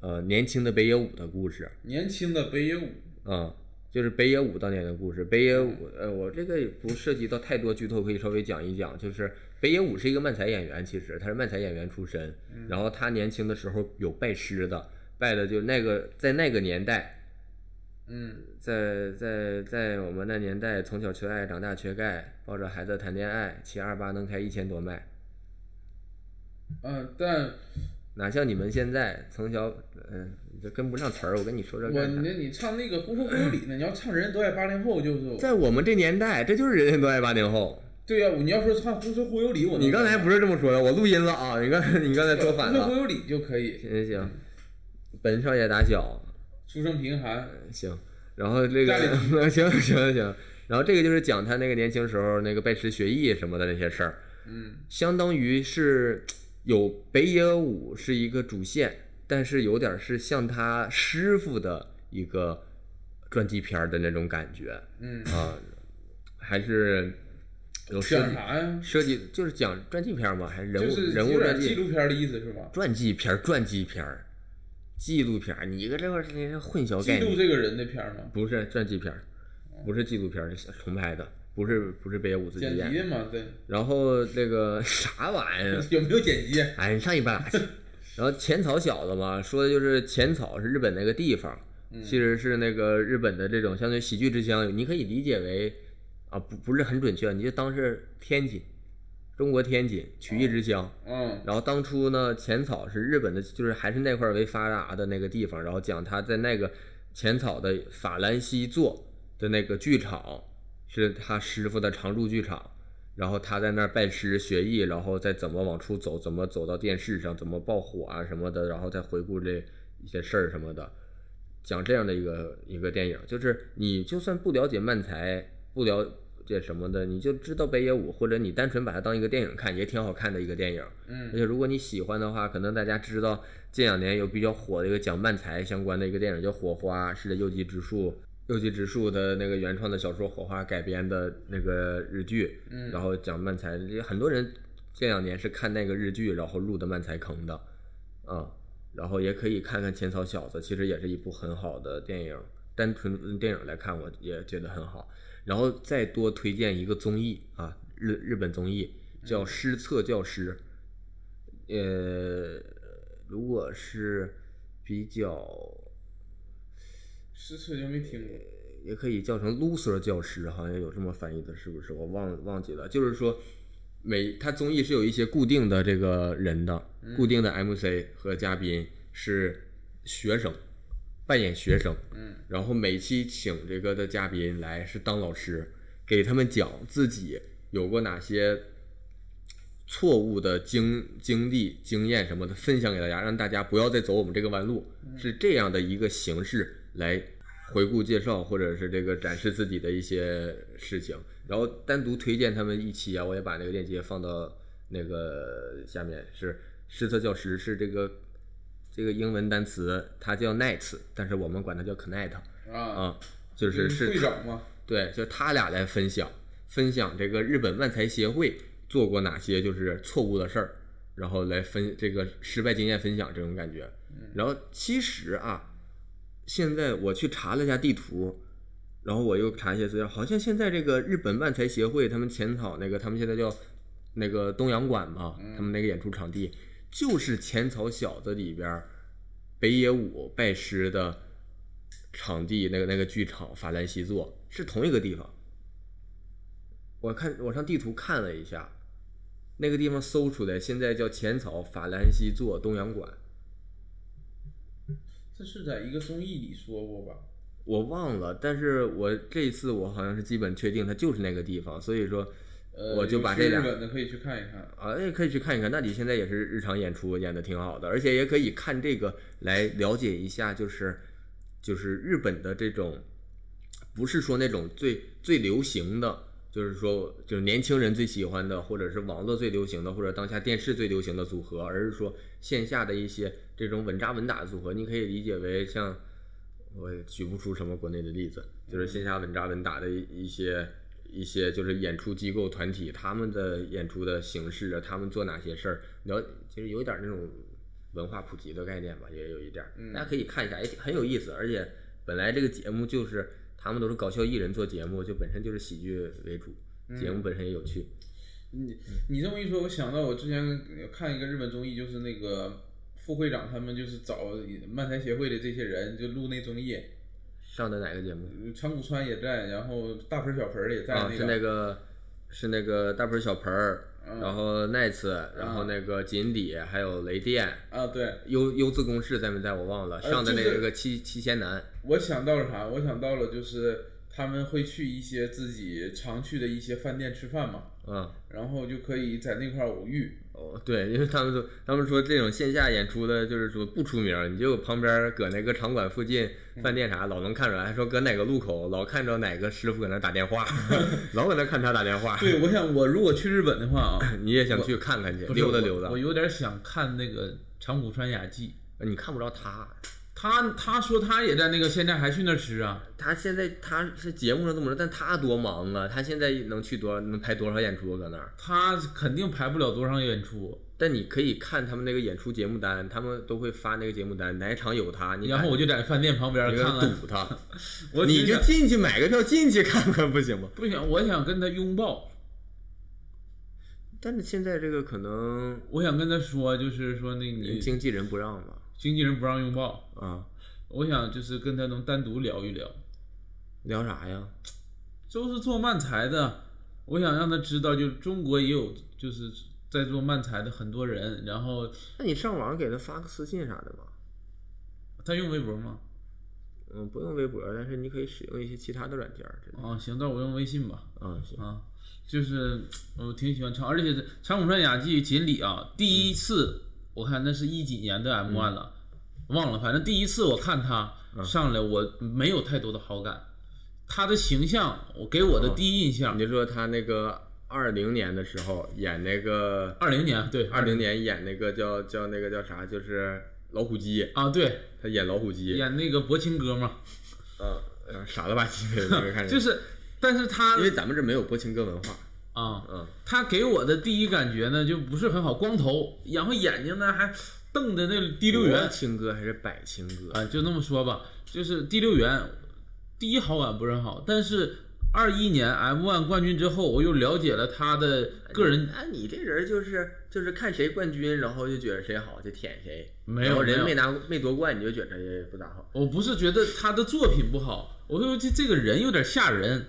S1: 呃，年轻的北野武的故事。
S2: 年轻的北野武，
S1: 嗯，就是北野武当年的故事。北野武，呃，我这个也不涉及到太多剧透，可以稍微讲一讲。就是北野武是一个漫才演员，其实他是漫才演员出身。
S2: 嗯
S1: 然后他年轻的时候有拜师的，拜的就是那个在那个年代，
S2: 嗯
S1: 在在在我们那年代，从小缺爱，长大缺钙，抱着孩子谈恋爱，七二八能开一千多麦。
S2: 嗯、但
S1: 哪像你们现在从小，嗯、你这跟不上词儿。我跟你说这
S2: 我
S1: 干
S2: 那
S1: 啥？
S2: 你唱那个《狐说狐里呢？你要唱人都爱八零后，就是
S1: 在我们这年代，这就是人人都爱八零后。
S2: 对呀、你要说唱《狐说忽悠里》，我能
S1: 你刚才不是这么说的，我录音了啊！你刚才你刚才说反
S2: 狐说忽
S1: 了。
S2: 悠里就可以，
S1: 行行，本少爷打小
S2: 出生贫寒，
S1: 行，然后这
S2: 家
S1: 个行 (laughs) 行行行，然后这个就是讲他那个年轻时候那个拜师学艺什么的那些事儿，
S2: 嗯
S1: 相当于是有北野武是一个主线，但是有点是像他师傅的一个传记片儿的那种感觉
S2: 嗯，
S1: 啊，还是有涉
S2: 讲
S1: 及
S2: 啥呀？
S1: 涉及就是讲传记片儿嘛，还是人
S2: 就
S1: 物
S2: 是
S1: 人物
S2: 有
S1: 传
S2: 点纪
S1: 记
S2: 录片的意思是吧？
S1: 传记片儿传记片儿纪录片儿，你搁这块儿这是混淆
S2: 记
S1: 概
S2: 录
S1: 念，
S2: 这个人的片儿吗？
S1: 不是传记片儿，不是纪录片儿，是重拍的，不是不是北野武自己
S2: 剪
S1: 演
S2: 辑
S1: 的。
S2: 的嘛，对，
S1: 然后这个 (laughs) 啥玩意儿？啊
S2: 有没有剪辑？啊
S1: 哎，你上一半拉去。然后浅草小子嘛，说的就是浅草是日本那个地方，
S2: 嗯
S1: 其实是那个日本的这种相对喜剧之乡，你可以理解为啊，不不是很准确，你就当是天津，中国天津曲艺之乡。
S2: 嗯
S1: 然后当初呢，浅草是日本的，就是还是那块儿为发达的那个地方，然后讲他在那个浅草的法兰西座的那个剧场，是他师傅的常驻剧场，然后他在那儿拜师学艺，然后再怎么往出走，怎么走到电视上，怎么爆火啊什么的，然后再回顾这一些事儿什么的，讲这样的一个一个电影，就是你就算不了解漫才，不了解什么的，你就知道北野武，或者你单纯把它当一个电影看，也挺好看的一个电影。而
S2: 嗯
S1: 且如果你喜欢的话，可能大家知道近两年有比较火的一个讲漫才相关的一个电影叫《火花》，是右吉直树右吉直树的那个原创的小说《火花》改编的那个日剧，
S2: 嗯，
S1: 然后讲漫才，很多人这两年是看那个日剧然后入的漫才坑的，啊、然后也可以看看《浅草小子》，其实也是一部很好的电影，单纯嗯电影来看我也觉得很好。然后再多推荐一个综艺啊，日日本综艺叫《失策教师》，呃，如果是比较，
S2: 失策就没听过。
S1: 也可以叫成 loser 教师，好像有这么翻译的，是不是？我忘忘记了，就是说。每它综艺是有一些固定的这个人的，固定的 MC 和嘉宾是学生，扮演学生，
S2: 嗯
S1: 然后每期请这个的嘉宾来是当老师，给他们讲自己有过哪些错误的经经历、经验什么的，分享给大家，让大家不要再走我们这个弯路，是这样的一个形式来回顾介绍或者是这个展示自己的一些事情。然后单独推荐他们一期啊，我也把那个链接放到那个下面，是失策教师是这个。这个英文单词它叫 net，但是我们管它叫 connect
S2: 啊，
S1: 啊、就是是
S2: 会长吗？
S1: 对，就是他俩来分享分享这个日本万财协会做过哪些就是错误的事儿，然后来分这个失败经验分享这种感觉。
S2: 嗯
S1: 然后其实啊，现在我去查了一下地图，然后我又查一些资料，好像现在这个日本万财协会他们浅草那个他们现在叫那个东洋馆嘛，
S2: 嗯
S1: 他们那个演出场地就是浅草小子里边儿北野武拜师的场地，那个那个剧场法兰西座是同一个地方。我看我上地图看了一下，那个地方搜出来，现在叫浅草法兰西座东洋馆，
S2: 这是在一个综艺里说过吧？
S1: 我忘了，但是我这次我好像是基本确定它就是那个地方，所以说
S2: 呃，
S1: 我就把
S2: 有去
S1: 这俩
S2: 日本的可以去看一看。
S1: 啊，也可以去看一看。那你现在也是日常演出，演的挺好的，而且也可以看这个来了解一下，就是就是日本的这种，不是说那种最最流行的，就是说就是年轻人最喜欢的，或者是网络最流行的，或者当下电视最流行的组合，而是说线下的一些这种稳扎稳打的组合，你可以理解为像我也举不出什么国内的例子，就是线下稳扎稳打的一一些一些就是演出机构团体他们的演出的形式啊，他们做哪些事儿，了其实有一点那种文化普及的概念吧，也有一点儿，
S2: 嗯
S1: 大家可以看一下，也挺很有意思，而且本来这个节目就是他们都是搞笑艺人做节目，就本身就是喜剧为主，节目本身也有趣，
S2: 你嗯你这么一说，我想到我之前看一个日本综艺，就是那个副会长他们就是找漫才协会的这些人就录那综艺，
S1: 上的哪个节目
S2: 长谷川也在，然后大盆儿小盆儿也在
S1: 啊？是
S2: 个
S1: 那个是那个大盆儿小盆儿。
S2: 嗯
S1: 然后奈次，然后那个锦鲤，还有雷电，
S2: 啊，对，
S1: 优优字公式在没在我忘了，
S2: 呃
S1: 上的那
S2: 就是
S1: 个七七仙男，
S2: 我想到了啥？我想到了就是他们会去一些自己常去的一些饭店吃饭嘛，
S1: 嗯，
S2: 然后就可以在那块儿偶遇。
S1: 哦对，因为他们说他们说这种线下演出的，就是说不出名，你就旁边搁那个场馆附近
S4: 嗯
S1: 饭店啥，老能看出来，还说搁哪个路口老看着哪个师傅搁那打电
S4: (laughs)
S1: 话，老搁那看他打电话，
S2: 对，我想我如果去日本的话啊，
S1: (laughs) 你也想去看看去，
S4: 不是
S1: 溜达
S4: 我
S1: 溜达
S4: 我，有点想看那个长谷川雅纪，
S1: 你看不着他，
S4: 他他说他也在那个现在还去那吃啊，
S1: 他现在他是节目上这么说，但他多忙啊，他现在能去多少能排多少演出搁那儿？
S4: 他肯定排不了多少演出，
S1: 但你可以看他们那个演出节目单，他们都会发那个节目单，哪一场有他，你
S4: 然后我就在饭店旁边
S1: 你
S4: 看看。
S1: 堵他，
S4: (laughs) 我
S1: 你
S4: 只
S1: 就
S4: 想
S1: 进去买个票进去看看不行吗？
S4: 不想，我想跟他拥抱，
S1: 但是现在这个可能
S4: 我想跟他说，就是说那你
S1: 经纪人不让吧，
S4: 经纪人不让拥抱，
S1: 啊，
S4: 我想就是跟他能单独聊一聊。
S1: 聊啥呀？
S4: 都是做漫才的，我想让他知道，就是中国也有就是在做漫才的很多人，然后
S1: 那你上网给他发个私信啥的吧。
S4: 他用微博吗？
S1: 嗯，不用微博，但是你可以使用一些其他的软件儿之类的。
S4: 啊，行，那我用微信吧。
S1: 嗯，行。
S4: 啊，就是我挺喜欢长，而且是长谷川雅纪锦鲤啊，第一次、我看那是一几年的 M 1了，忘了，反正第一次我看他上来，我没有太多的好感。他的形象，我给我的第一印象
S1: 你，就说他那个二零年的时候演那个
S4: 二零年对
S1: 二零年演那个叫叫那个叫啥，就是老虎机，
S4: 啊对，
S1: 他演老虎机，
S4: 演那个薄情哥嘛，
S1: 嗯，嗯傻了吧唧的那个看着，
S4: (laughs) 就是，但是他
S1: 因为咱们这没有播情歌文化，
S4: 啊，
S1: 嗯，
S4: 他给我的第一感觉呢就不是很好，光头，然后眼睛呢还瞪着那滴溜圆
S1: 国，情歌还是百情歌？
S4: 啊，就那么说吧，就是第六元，第一好感不是很好，但是二一年 M One 冠军之后，我又了解了他的个人
S1: 哎，你这人就是就是看谁冠军，然后就觉得谁好就舔谁，
S4: 没
S1: 然后
S4: 有
S1: 人没
S4: 有，
S1: 拿没夺冠，你就觉得不咋好， (laughs)
S4: 我不是觉得他的作品不好，我说这这个人有点吓人，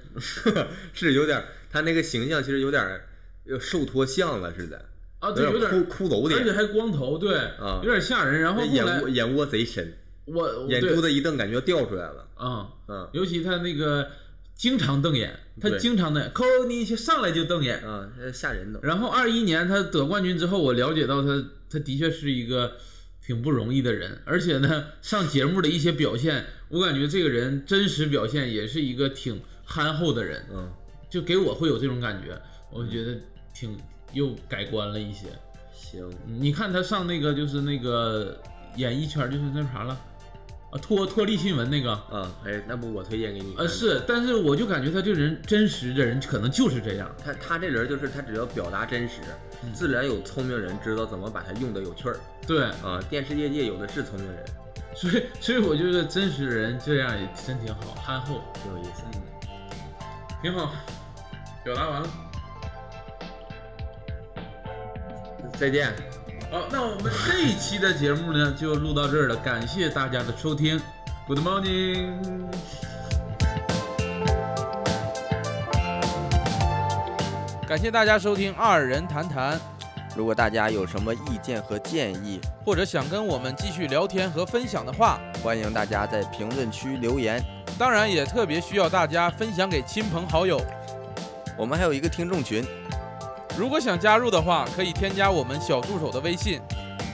S1: 是有点儿他那个形象其实有点儿又受脱相了似的，
S4: 啊，对，
S1: 有
S4: 有点
S1: 点，骷骷髅
S4: 而且
S1: 脸，
S4: 还光头，对，
S1: 啊
S4: 有点吓人。然后后
S1: 眼
S4: 来哦
S1: 窝眼窝贼深，
S4: 我
S1: 眼珠
S4: 的
S1: 子一瞪，感觉掉出来了，
S4: 啊，
S1: 嗯
S4: 尤其他那个经常瞪眼，他
S1: 对
S4: 经常瞪眼，扣你就上来就瞪眼，
S1: 啊，那吓人都。
S4: 然后二一年他得冠军之后，我了解到他，他的确是一个挺不容易的人，而且呢，上节目的一些表现，我感觉这个人真实表现也是一个挺憨厚的人，
S1: 嗯，
S4: 就给我会有这种感觉，我觉得挺又改观了一些。
S1: 行，
S4: 你看他上那个就是那个演艺圈就是那啥了，啊脱脱力新闻那个，
S1: 啊，哎，那不我推荐给你看
S4: 呃是，但是我就感觉他这个人真实的人可能就是这样，
S1: 他他这人就是他只要表达真实，自然有聪明人知道怎么把它用的有趣儿
S4: 对，
S1: 啊。电视业界有的是聪明人，
S4: 所以，所以我觉得真实人这样也真挺好，憨厚，
S1: 挺有意思。
S4: 挺好。表达完了，
S1: 再见，
S4: 好，那我们这一期的节目呢，就录到这儿了，感谢大家的收听，Good morning。
S3: 感谢大家收听《二人谈谈》，
S1: 如果大家有什么意见和建议，
S3: 或者想跟我们继续聊天和分享的话，
S1: 欢迎大家在评论区留言。
S3: 当然也特别需要大家分享给亲朋好友。
S1: 我们还有一个听众群，
S3: 如果想加入的话，可以添加我们小助手的微信，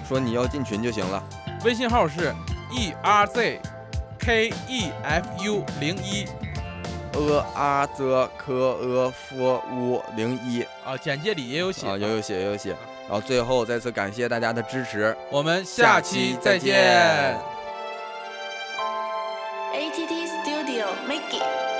S1: 说你要进群就行了。
S3: 微信号是 e r z k e f u 零一
S1: 呃啊则科呃 f 乌零一
S3: 啊，简介里也有写。
S1: 啊，有有写有有写。然后最后再次感谢大家的支持，
S3: 我们下期再见。
S5: ATT Studio Mickey。